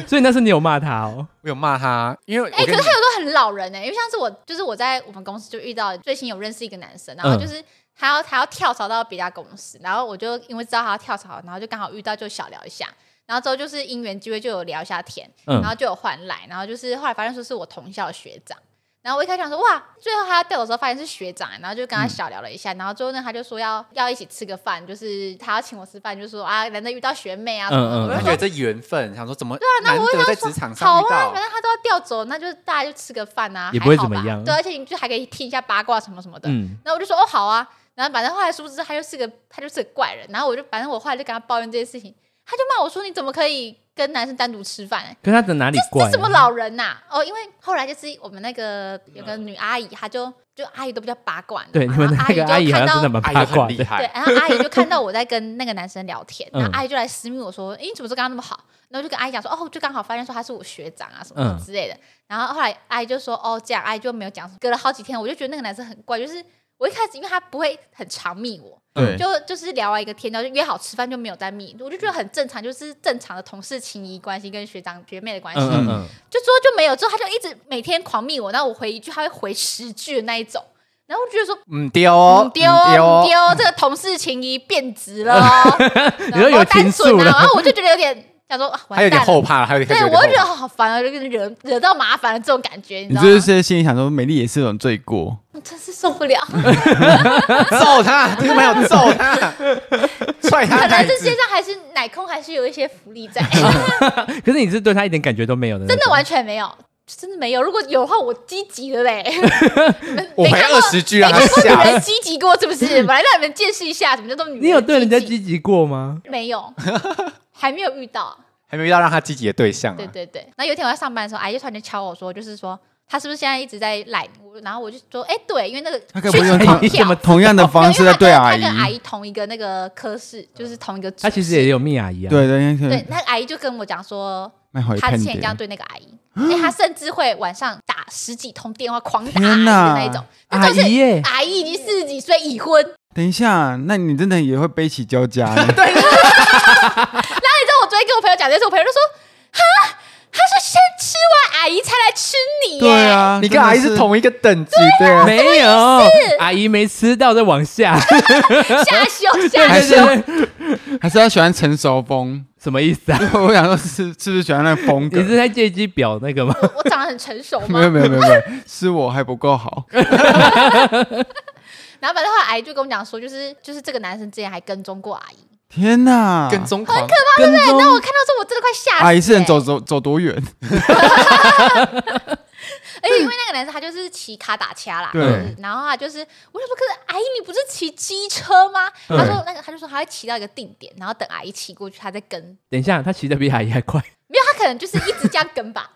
Speaker 3: 所以那是你有骂他哦。
Speaker 2: 我有骂他，因为
Speaker 1: 哎、
Speaker 2: 我
Speaker 1: 可
Speaker 2: 跟你
Speaker 1: 是他有时候很老人呢、欸因为上次我就是我在我们公司就遇到最新有认识一个男生，
Speaker 3: 嗯
Speaker 1: 然后就是他要他要跳槽到别家公司，然后我就因为知道他要跳槽，然后就刚好遇到就小聊一下，然后之后就是因缘机会就有聊一下天，
Speaker 3: 嗯
Speaker 1: 然后就有换来，然后就是后来发现说是我同校的学长。然后我一开始想说哇，最后他要带我的时候发现是学长，欸然后就跟
Speaker 3: 嗯
Speaker 1: 他小聊了一下，然后最后呢他就说要要一起吃个饭，就是他要请我吃饭，就说啊难得遇到学妹啊什么的，
Speaker 3: 嗯嗯嗯
Speaker 1: 我
Speaker 2: 我
Speaker 1: 就
Speaker 2: 就
Speaker 1: 说
Speaker 2: 觉得这缘分，想说怎么
Speaker 1: 啊那
Speaker 2: 难
Speaker 1: 我
Speaker 2: 得在
Speaker 1: 说
Speaker 2: 职场
Speaker 1: 好
Speaker 2: 上
Speaker 1: 啊
Speaker 2: 遇，到
Speaker 1: 反，正他都要调走，那就大家就吃个饭啊，
Speaker 3: 也
Speaker 1: 还
Speaker 3: 不会
Speaker 1: 好
Speaker 3: 怎么
Speaker 1: 吧
Speaker 3: 样
Speaker 1: 对，而且你就还可以听一下八卦什么什么的。
Speaker 3: 嗯，
Speaker 1: 然后我就说哦好啊，然后反正后来殊不知他就是个他就是个怪人，然后我就反正我后来就跟他抱怨这件事情，他就骂我说你怎么可以跟男生单独吃饭、欸？
Speaker 3: 跟他的哪里
Speaker 1: 这
Speaker 3: 怪、啊
Speaker 1: 是什么老人呐、哦，因为后来就是我们那个有个女阿姨，她就就阿姨都比较八卦，
Speaker 3: 嗯对，
Speaker 1: 然
Speaker 3: 你
Speaker 1: 后
Speaker 3: 们那个阿姨
Speaker 1: 啊就看
Speaker 3: 好像
Speaker 1: 到
Speaker 3: 真的蛮
Speaker 2: 哎
Speaker 3: 八
Speaker 2: 呦
Speaker 3: 卦
Speaker 2: 很厉
Speaker 3: 的。
Speaker 1: 对
Speaker 2: 害，，
Speaker 1: 然后阿姨就看到我在跟那个男生聊天，
Speaker 3: 嗯
Speaker 1: 然后阿姨就来私密我说：“诶，你怎么都跟他那么好？”然后我就跟阿姨讲说：“哦，就刚好发现说他是我学长啊，什么什么
Speaker 3: 嗯
Speaker 1: 之类的。然后后来阿姨就说：“哦，这样。”阿姨就没有讲什么。隔了好几天，我就觉得那个男生很怪，就是我一开始因为他不会很常密我，
Speaker 4: 对，
Speaker 1: 就就是聊完一个天，然后就约好吃饭就没有再密，我就觉得很正常，就是正常的同事情谊关系跟学长学妹的关系。
Speaker 3: 嗯嗯嗯，
Speaker 1: 就之后就没有，之后他就一直每天狂密我，然后我回一句，他会回十句的那一种。然后我就觉得说
Speaker 2: 嗯丢哦，
Speaker 1: 嗯丢
Speaker 2: 嗯
Speaker 1: 哦，嗯
Speaker 2: 哦，
Speaker 1: 丢哦，这个同事情谊变质了 (laughs) 哦，
Speaker 3: 你说有
Speaker 1: 然后单
Speaker 3: 情
Speaker 1: 纯
Speaker 3: 愫
Speaker 1: 啊，
Speaker 3: 了
Speaker 1: 然后我就觉得有点想说，啊完
Speaker 2: 还有点
Speaker 1: 蛋了
Speaker 2: 后怕了，还有点开
Speaker 1: 对
Speaker 2: 始有
Speaker 1: 我就觉
Speaker 2: 点
Speaker 1: 得
Speaker 2: 后怕。
Speaker 1: 哦好烦啊，就跟惹惹到麻烦了这种感觉，你知
Speaker 4: 你
Speaker 1: 道
Speaker 4: 就是
Speaker 1: 吗？
Speaker 4: 现在心里想说，美丽也是一种罪 (laughs) 过。
Speaker 1: 我真是受不了，
Speaker 2: 揍他，这个朋友揍他，
Speaker 1: (laughs)
Speaker 2: 踹他
Speaker 1: 可能
Speaker 2: 奶
Speaker 1: 这世
Speaker 2: 子
Speaker 1: 界。上还是奶控还是有一些福利在， (laughs)
Speaker 3: 可是你是对他一点感觉都没有的那种，
Speaker 1: 真的完全没有。真的没有，如果有的话，我积极的嘞。
Speaker 2: 我回二十句让他
Speaker 1: 你
Speaker 2: 吓
Speaker 1: 们积极过是不是？本来让你们见识一下，怎么叫做女人
Speaker 3: 你有对人家
Speaker 1: 积极
Speaker 3: 积极过吗？
Speaker 1: 没有，还没有遇到。
Speaker 2: 还没遇到让他积极的对象
Speaker 1: 对
Speaker 2: 啊。
Speaker 1: 对对。然后有一天我在上班的时候，阿姨就突然间敲我说，就是说他是不是现在一直在赖我？然后我就说，哎，对，因为那个
Speaker 4: 他该不会用
Speaker 1: 去抢
Speaker 4: 同
Speaker 1: 票哦
Speaker 3: 么
Speaker 4: 同样的方式在对阿
Speaker 1: 因
Speaker 4: 姨
Speaker 1: 为他跟他跟？阿姨同一个那个科室，就是同一个组。
Speaker 3: 他其实也有蜜阿姨啊。
Speaker 4: 对对
Speaker 1: 对
Speaker 4: 对，，
Speaker 1: 那个阿姨就跟我讲说，
Speaker 4: 卖好一
Speaker 1: 他
Speaker 4: 片
Speaker 1: 之前这样
Speaker 4: 点。
Speaker 1: 对那个阿姨，哎，他甚至会晚上打十几通电话，狂打阿姨
Speaker 4: 天
Speaker 1: 的
Speaker 4: 哪哎
Speaker 1: 那一种。
Speaker 3: 阿
Speaker 1: 那就是
Speaker 3: 姨耶，
Speaker 1: 阿姨已经四十几岁已婚，然
Speaker 4: 等一下，那你真的也会背起交加呢？
Speaker 1: 后你知道我昨天跟我朋友讲这事，我朋友就说，哈，他是先吃完阿姨才来吃你耶。
Speaker 4: 对啊，
Speaker 2: 你跟阿姨
Speaker 4: 真的
Speaker 2: 是啊同一个等级
Speaker 1: 啊
Speaker 2: 的，
Speaker 3: 没有，阿姨没吃到，再往下，
Speaker 1: 下修
Speaker 3: (laughs)
Speaker 1: 下
Speaker 4: 还
Speaker 1: 修
Speaker 4: 是。还是他喜欢成熟风？ (laughs)
Speaker 3: 什么意思啊？
Speaker 4: 我想说是是不是喜欢那个风格
Speaker 3: 你？是在借机表那个吗？
Speaker 1: 我我长得很成熟
Speaker 4: (laughs) 没有
Speaker 1: 吗？
Speaker 4: 没有没有没有，是我还不够
Speaker 3: (laughs)
Speaker 4: 好。
Speaker 1: 然后反正后来阿姨就跟我讲说，就是就是这个男生之前还跟踪过阿姨。
Speaker 4: 天哪！
Speaker 2: 跟踪狂，
Speaker 3: 跟踪
Speaker 1: 那我看到这我真的快吓死、欸。
Speaker 4: 阿姨是能走走走多远？
Speaker 1: 而且因为那个男生他就是骑卡打掐啦，
Speaker 4: 对
Speaker 1: 就是然后他就是我就说，可是阿姨你不是骑机车吗？
Speaker 3: 对
Speaker 1: 他说那个他就说他会骑到一个定点，然后等阿姨骑过去，他再跟。
Speaker 3: 等一下，他骑得比阿姨还快，
Speaker 1: 没有，他可能就是一直这样跟
Speaker 2: (laughs)
Speaker 1: 吧。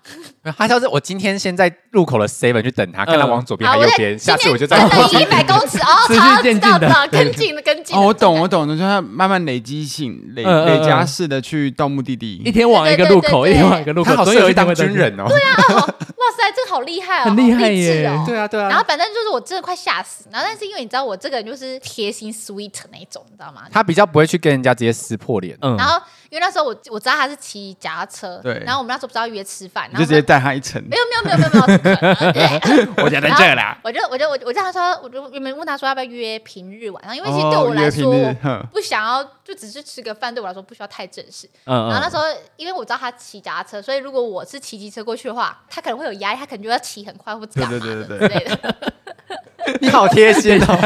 Speaker 2: 他就是我今天先在路口的 seven 去等他，看他
Speaker 3: 嗯
Speaker 2: 往左边
Speaker 1: 好，啊
Speaker 2: 还
Speaker 1: 我
Speaker 2: 右
Speaker 1: 在
Speaker 2: 边，下次我就
Speaker 1: 再
Speaker 2: 再
Speaker 1: 等一百公尺哦，
Speaker 3: 持续
Speaker 1: 好，知
Speaker 3: 渐进
Speaker 1: 道
Speaker 3: 的
Speaker 1: 知道，跟进的跟进的。
Speaker 4: 哦，我懂，
Speaker 1: 跟进的
Speaker 4: 我懂，就是他慢慢累积性、累
Speaker 3: 嗯嗯嗯
Speaker 4: 累加式的去到目的
Speaker 3: 一
Speaker 1: 嗯
Speaker 4: 地。
Speaker 3: 天往一个路口，
Speaker 1: 对对对对对
Speaker 3: 一天往一个路口
Speaker 2: 他，好
Speaker 3: 总
Speaker 2: 适合
Speaker 3: 有
Speaker 2: 去
Speaker 3: 一天
Speaker 2: 当
Speaker 3: 会到
Speaker 2: 军。人哦。
Speaker 1: 哦，哇塞，这个好厉害哦，
Speaker 3: 很厉害
Speaker 1: 好励志
Speaker 3: 耶
Speaker 1: 哦
Speaker 2: 对啊，对啊。
Speaker 1: 然
Speaker 4: 嗯
Speaker 1: 后反正就是我真的快吓死，然后但是因为你知道我这个人就是贴心 sweet 那一种，你知道吗？
Speaker 2: 他比较不会去跟人家直接撕破脸，
Speaker 3: 嗯
Speaker 1: 然，后因为那时候我我知道他是骑脚踏车，
Speaker 4: 对
Speaker 1: 然后我们那时候不是要约吃饭，
Speaker 4: 你
Speaker 1: 然
Speaker 4: 就
Speaker 1: 后嗯
Speaker 4: 直接带他一层
Speaker 1: 没，有没有没有没有没有不
Speaker 4: (laughs)
Speaker 1: 可能，
Speaker 3: 我觉
Speaker 1: 在这啦。我就我就我就我就他说，我就原本问他说要不要约平日晚上，因为其实对
Speaker 4: 哦
Speaker 1: 我来
Speaker 4: 约平
Speaker 1: 说，
Speaker 4: 日
Speaker 1: 我
Speaker 4: 哼
Speaker 1: 不想要就只是吃个饭，对我来说不需要太正式。
Speaker 3: 嗯
Speaker 1: 然后那
Speaker 3: 嗯，
Speaker 1: 时候，因为我知道他骑脚踏车，所以如果我是骑机车过去的话，他可能会有压力，他可能就要骑很快或者干嘛
Speaker 4: 对
Speaker 1: 的
Speaker 4: 对对
Speaker 1: 之类的。
Speaker 2: 你好贴心 (laughs) 哦。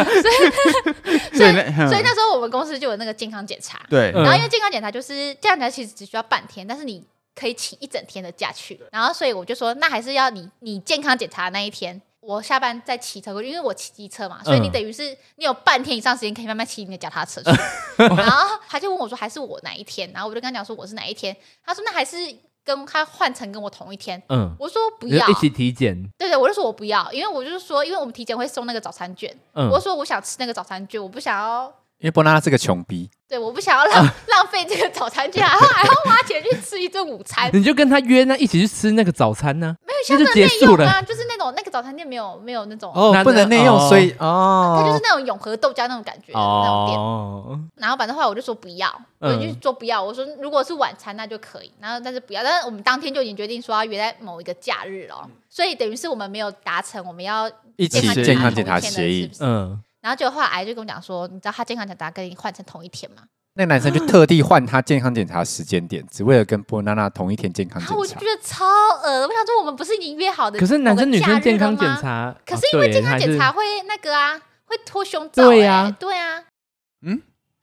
Speaker 1: 所以
Speaker 4: 对 (laughs) 那
Speaker 1: 所以
Speaker 4: 嗯
Speaker 1: 那时候我们公司就有那个健康检查，
Speaker 4: 对，
Speaker 3: 嗯
Speaker 1: 然后因为健康检查就是健康检查其实只需要半天，但是你可以请一整天的假去。然后所以我就说，那还是要你你健康检查的那一天。我下班再骑车过去，因为我骑机车嘛，所以你
Speaker 3: 嗯
Speaker 1: 等于是你有半天以上时间可以慢慢骑你的脚踏
Speaker 3: (laughs)
Speaker 1: 车去。然后他就问我说，还是我哪一天？然后我就跟他讲说我是哪一天。他说那还是跟他换成跟我同一天。
Speaker 3: 嗯，
Speaker 1: 我说不
Speaker 3: 你
Speaker 1: 要
Speaker 3: 就一，起体检，
Speaker 1: 对对，我就说我不要，因为我就是说，因为我们体检会送那个早餐券，
Speaker 3: 嗯
Speaker 1: 我，说我想吃那个早餐券，我不想要，
Speaker 2: 因为波娜是个穷逼，
Speaker 1: 对，我不想要
Speaker 3: 啊
Speaker 1: 浪、 (laughs) 浪费这个早餐券，然后还要花钱去吃一顿午餐，
Speaker 3: 你就跟他约那一起去吃那个早餐呢，
Speaker 1: 哎没有像
Speaker 3: 那
Speaker 1: 那
Speaker 3: 就
Speaker 1: 个
Speaker 3: 结
Speaker 1: 内
Speaker 3: 束
Speaker 1: 用
Speaker 3: 了
Speaker 1: 啊，就是那种那个早餐店没有没有那种，
Speaker 2: 哦
Speaker 3: 那
Speaker 2: 不能内用，
Speaker 3: 哦
Speaker 2: 所以
Speaker 1: 它就是
Speaker 2: 哦，
Speaker 1: 那种永和豆浆那种感觉的那种店。
Speaker 3: 哦，
Speaker 1: 然后反正后来我就说不要，我
Speaker 3: 嗯
Speaker 1: 就说不要，我说如果是晚餐那就可以，然后但是不要，但是我们当天就已经决定说要约在某一个假日了，所以等于是我们没有达成我们要
Speaker 2: 一起
Speaker 4: 是
Speaker 2: 健康
Speaker 1: 同
Speaker 2: 检
Speaker 1: 一
Speaker 2: 查
Speaker 1: 天的
Speaker 2: 协
Speaker 1: 是
Speaker 2: 议
Speaker 1: 不，是
Speaker 3: 嗯，
Speaker 1: 然后就后来阿姨就跟我讲说，你知道他健康检查跟你换成同一天吗？
Speaker 2: 那个男生就特地换他健康检查时间点，只为了跟波娜娜同一天健康
Speaker 1: 啊，我
Speaker 2: 检
Speaker 1: 就
Speaker 2: 查
Speaker 1: 觉。得超恶。我想说，我们不是已经约好的？
Speaker 3: 可是男生女生健康检，查，
Speaker 1: 可
Speaker 3: 啊
Speaker 1: 是因为
Speaker 3: 对
Speaker 1: 健康
Speaker 3: 还
Speaker 1: 检
Speaker 3: 是
Speaker 1: 查会那个啊，会脱胸罩、欸。
Speaker 3: 对啊
Speaker 1: 对啊，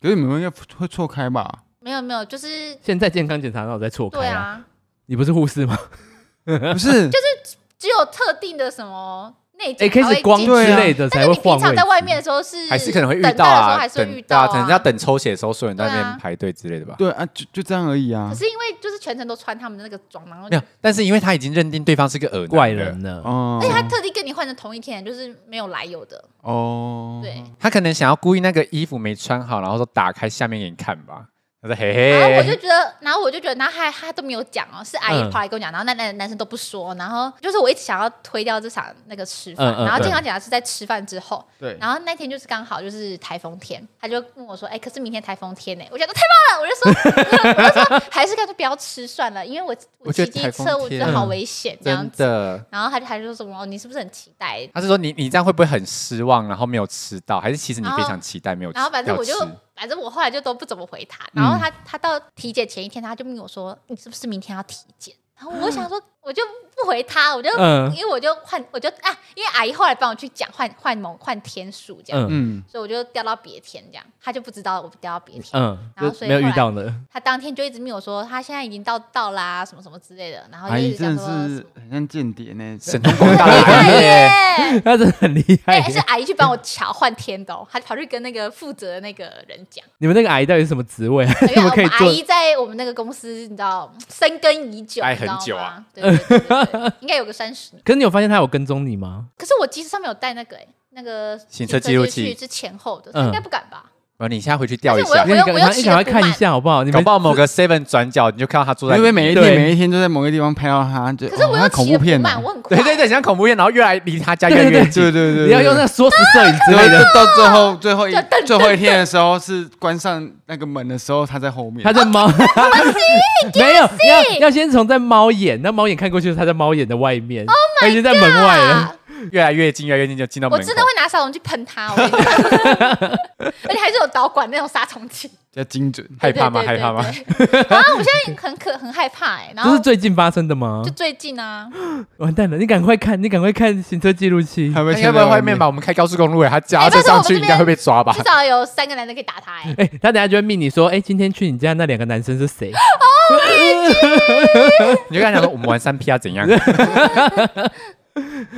Speaker 4: 可是你们应该会错开吧？
Speaker 1: 没有没有，就是
Speaker 3: 现在健康检查，那我再错
Speaker 1: 对
Speaker 3: 开。
Speaker 1: 啊，
Speaker 3: 你不是护士吗？嗯
Speaker 1: (laughs)
Speaker 4: 不是，就是
Speaker 1: 只有特定的什么内
Speaker 3: 哎，
Speaker 1: 检
Speaker 3: 可
Speaker 1: (laughs) 才
Speaker 3: 以
Speaker 1: 会
Speaker 3: 是光
Speaker 1: 进
Speaker 4: 去对
Speaker 3: 之
Speaker 4: 啊
Speaker 3: 类的
Speaker 1: 但
Speaker 3: 才
Speaker 1: 是
Speaker 3: 会
Speaker 1: 你平
Speaker 3: 换
Speaker 1: 常
Speaker 3: 位
Speaker 1: 在
Speaker 3: 置。
Speaker 1: 外面的时候是
Speaker 2: 还是可能会遇
Speaker 1: 等
Speaker 2: 到
Speaker 1: 待的时候
Speaker 2: 啊，
Speaker 1: 还是
Speaker 2: 等
Speaker 1: 会遇
Speaker 2: 对
Speaker 1: 到
Speaker 2: 啊，可能要等抽血的时候，所有人在那
Speaker 1: 对啊
Speaker 2: 边排队之类的吧。
Speaker 4: 对啊，就就这样而已啊
Speaker 1: 可。是因为就是全程都穿他们的那个装，然后
Speaker 2: 没有，但是因为他已经认定对方是个耳
Speaker 3: 怪人了，
Speaker 4: 哦
Speaker 1: 而且他
Speaker 2: 嗯
Speaker 1: 特地跟你换成同一天，就是没有来由的。
Speaker 4: 哦，
Speaker 1: 对，
Speaker 2: 他可能想要故意那个衣服没穿好，然后说打开下面给你看吧。他说嘿
Speaker 1: 然啊后我就
Speaker 2: 嘿，
Speaker 1: 觉得，然后我就觉得，然后还他都没有讲哦，是阿姨
Speaker 3: 嗯
Speaker 1: 跑来跟我讲，然后那男男生都不说，然后就是我一直想要推掉这场那个吃饭，
Speaker 3: 嗯嗯
Speaker 1: 然后
Speaker 3: 对
Speaker 1: 健康检查是在吃饭之后，
Speaker 4: 对
Speaker 1: 然后那天就是刚好就是台风天，他就问我说：“哎、可是明天台风天呢、我觉得太棒了，我就说， (laughs) 我就说还是干脆不要吃算了，因为我
Speaker 2: 我
Speaker 1: 骑
Speaker 2: 觉得
Speaker 1: 机
Speaker 2: 台风
Speaker 1: 车我觉得
Speaker 2: 天
Speaker 1: 好危险这样
Speaker 2: 真
Speaker 1: 子。
Speaker 2: 的。
Speaker 1: 然后他就他就说什么、哦你是不是很期待？
Speaker 2: 他是说你你这样会不会很失望，然后没有吃到，还是其实你
Speaker 1: 然后
Speaker 2: 非常期待没有吃？
Speaker 1: 啊然后反正
Speaker 2: 要
Speaker 1: 我就
Speaker 2: 吃
Speaker 1: 反正我后来就都不怎么回他。然后他、他到体检前一天，他就问我说：“你是不是明天要体检？”然后我想说，我就不回他，我就、
Speaker 3: 嗯
Speaker 1: 因为我就换，我就啊，因为阿姨后来帮我去讲换换某换天数这样，
Speaker 3: 嗯
Speaker 4: 嗯，
Speaker 1: 所以我就调到别天这样，他就不知道我调到别天。
Speaker 3: 嗯，
Speaker 1: 然后
Speaker 3: 就
Speaker 1: 所以
Speaker 3: 没有
Speaker 1: 后
Speaker 3: 遇
Speaker 1: 来
Speaker 3: 到呢。 (laughs)
Speaker 1: 他当天就一直密我说他现在已经到到啦、什么什么之类的，然后就
Speaker 4: 阿
Speaker 1: 一
Speaker 4: 姨
Speaker 1: 直讲
Speaker 4: 哎真的
Speaker 1: 说什
Speaker 4: 是
Speaker 1: 么。
Speaker 4: 很像间谍呢，
Speaker 2: 神通广大的
Speaker 1: 阿
Speaker 2: (laughs) 人耶，
Speaker 1: 姨，
Speaker 3: 他真的很厉
Speaker 1: (laughs)
Speaker 3: 害
Speaker 1: 哎，是。阿姨去帮我瞧换天的、哦，还跑去跟那个负责的那个人讲，
Speaker 3: 你们那个阿姨到底是什么职位啊？ (laughs)
Speaker 1: 因
Speaker 3: 怎
Speaker 1: 为
Speaker 3: 么
Speaker 1: 我
Speaker 3: 可以
Speaker 1: 们阿
Speaker 3: 做？
Speaker 1: 姨在我们那个公司，你知道深耕已久，
Speaker 2: 待
Speaker 1: 你知道
Speaker 2: 很久
Speaker 1: 吗
Speaker 2: 啊，
Speaker 1: 对对对对对应该有个三十年。
Speaker 3: 可是你有发现他有跟踪你吗？
Speaker 1: 可是我其实上面有带那个哎、那个
Speaker 2: 行车记录器
Speaker 1: 器是前后的，
Speaker 3: 嗯
Speaker 1: 应该不敢吧？
Speaker 2: 然后哦你现在回去调一
Speaker 1: 而
Speaker 2: 下
Speaker 1: 且我，又
Speaker 3: 你赶
Speaker 1: 我又
Speaker 3: 快你赶快看一下好不好？你
Speaker 2: 搞
Speaker 3: 们
Speaker 2: 不好某个 seven 转角你就看到他坐在
Speaker 4: 因
Speaker 2: 里
Speaker 4: 为
Speaker 2: 面，
Speaker 4: 每一
Speaker 3: 对
Speaker 4: 天每一天都在某个地方拍到他，就
Speaker 1: 可是我
Speaker 4: 哦那
Speaker 1: 又
Speaker 4: 恐
Speaker 1: 骑
Speaker 4: 怖
Speaker 1: 得不
Speaker 4: 片呢
Speaker 1: 慢，我很快。
Speaker 2: 对对对，像恐怖片，然后越来离他
Speaker 4: (laughs)
Speaker 2: 家越来
Speaker 3: 对
Speaker 2: 越
Speaker 3: 对
Speaker 2: 近
Speaker 4: 对。对对，
Speaker 3: 你要用那缩时摄影之
Speaker 4: 对。
Speaker 3: 类
Speaker 4: 然后
Speaker 3: 的，
Speaker 4: 就到最后最后
Speaker 1: (laughs)
Speaker 4: 一
Speaker 1: 就噔
Speaker 4: 最后一天的时候是关上那个门的时候，他在后
Speaker 3: (laughs)
Speaker 4: 面
Speaker 3: 他。在
Speaker 1: 哦
Speaker 3: 猫，没有要要先从在猫眼，那猫眼看过去，他在猫眼的外面，
Speaker 1: Oh
Speaker 3: 他已经在门外了。
Speaker 1: 啊！
Speaker 2: 越来越近，越来越近，就进到
Speaker 1: 我
Speaker 2: 门口。
Speaker 1: 真的会拿杀虫去喷他，我跟你讲而且还是有导管那种杀虫剂。
Speaker 4: 比较精准。
Speaker 2: 害怕吗？
Speaker 1: 对
Speaker 2: 害怕？吗？
Speaker 1: 对对对对啊，我现在很可很害怕哎、然
Speaker 3: 这
Speaker 1: 后
Speaker 3: 是最近发生的吗
Speaker 1: 就？最近啊，
Speaker 3: 完蛋了，你赶快看，你赶快看行车记录器
Speaker 4: 他。会
Speaker 2: 应该不会外面吧？？我们开高速公路哎，他脚踏
Speaker 1: 哎
Speaker 2: 车
Speaker 1: 但是我
Speaker 2: 上
Speaker 1: 们
Speaker 2: 去
Speaker 1: 这
Speaker 2: 应该会被抓
Speaker 1: (laughs)
Speaker 2: 吧
Speaker 1: 至？少有三个男的可以打他哎、
Speaker 3: 哎、他等下就会命你说，哎、今天去你家那两个男生
Speaker 1: (gasps)
Speaker 3: 是谁？
Speaker 2: 你就跟他讲说我们玩三 P 啊怎样？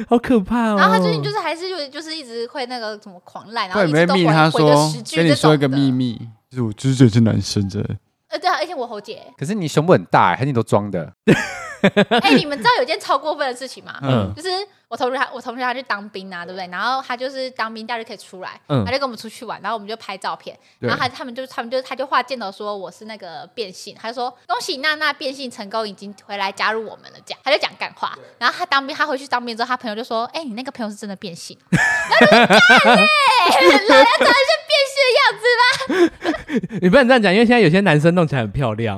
Speaker 3: 好可
Speaker 4: 嗯
Speaker 3: 怕哦！
Speaker 1: 然后他最近就是还是有就是一直会那个什么狂烂，然后
Speaker 4: 对，
Speaker 1: 一
Speaker 4: 没
Speaker 1: 直都
Speaker 4: 密
Speaker 1: 回
Speaker 4: 他
Speaker 1: 回个
Speaker 4: 说
Speaker 1: 十句
Speaker 4: 跟你
Speaker 1: 这
Speaker 4: 说一
Speaker 1: 种
Speaker 4: 个
Speaker 1: 的。
Speaker 4: 秘密，就是我之前是男生真的。
Speaker 1: 呃，对啊，而且我喉
Speaker 4: (laughs)
Speaker 1: 结。
Speaker 2: 可是你胸部很大哎，还是你都装的？
Speaker 1: 哎，你们知道有件超过分的事情吗？
Speaker 3: 嗯
Speaker 1: 就是我同学他，我同学他去当兵啊，对不对？然后他就是当兵假日可以出来，
Speaker 3: 嗯
Speaker 1: 他就跟我们出去玩，然后我们就拍照片，
Speaker 4: 对
Speaker 1: 然后他他们就他们就他就画箭头说我是那个变性，他就说恭喜娜娜变性成功，已经回来加入我们了，这样他就讲干
Speaker 4: (laughs)
Speaker 1: 话。然后他当兵，他回去当兵之后，他朋友就说：“哎、你那个朋友是真的变性。” (laughs) 然后就说：“干嘞，老娘长得是变性的样子吧
Speaker 3: 你不能这样讲，因为现在有些男生弄起来很漂
Speaker 1: (laughs)
Speaker 3: 亮，？”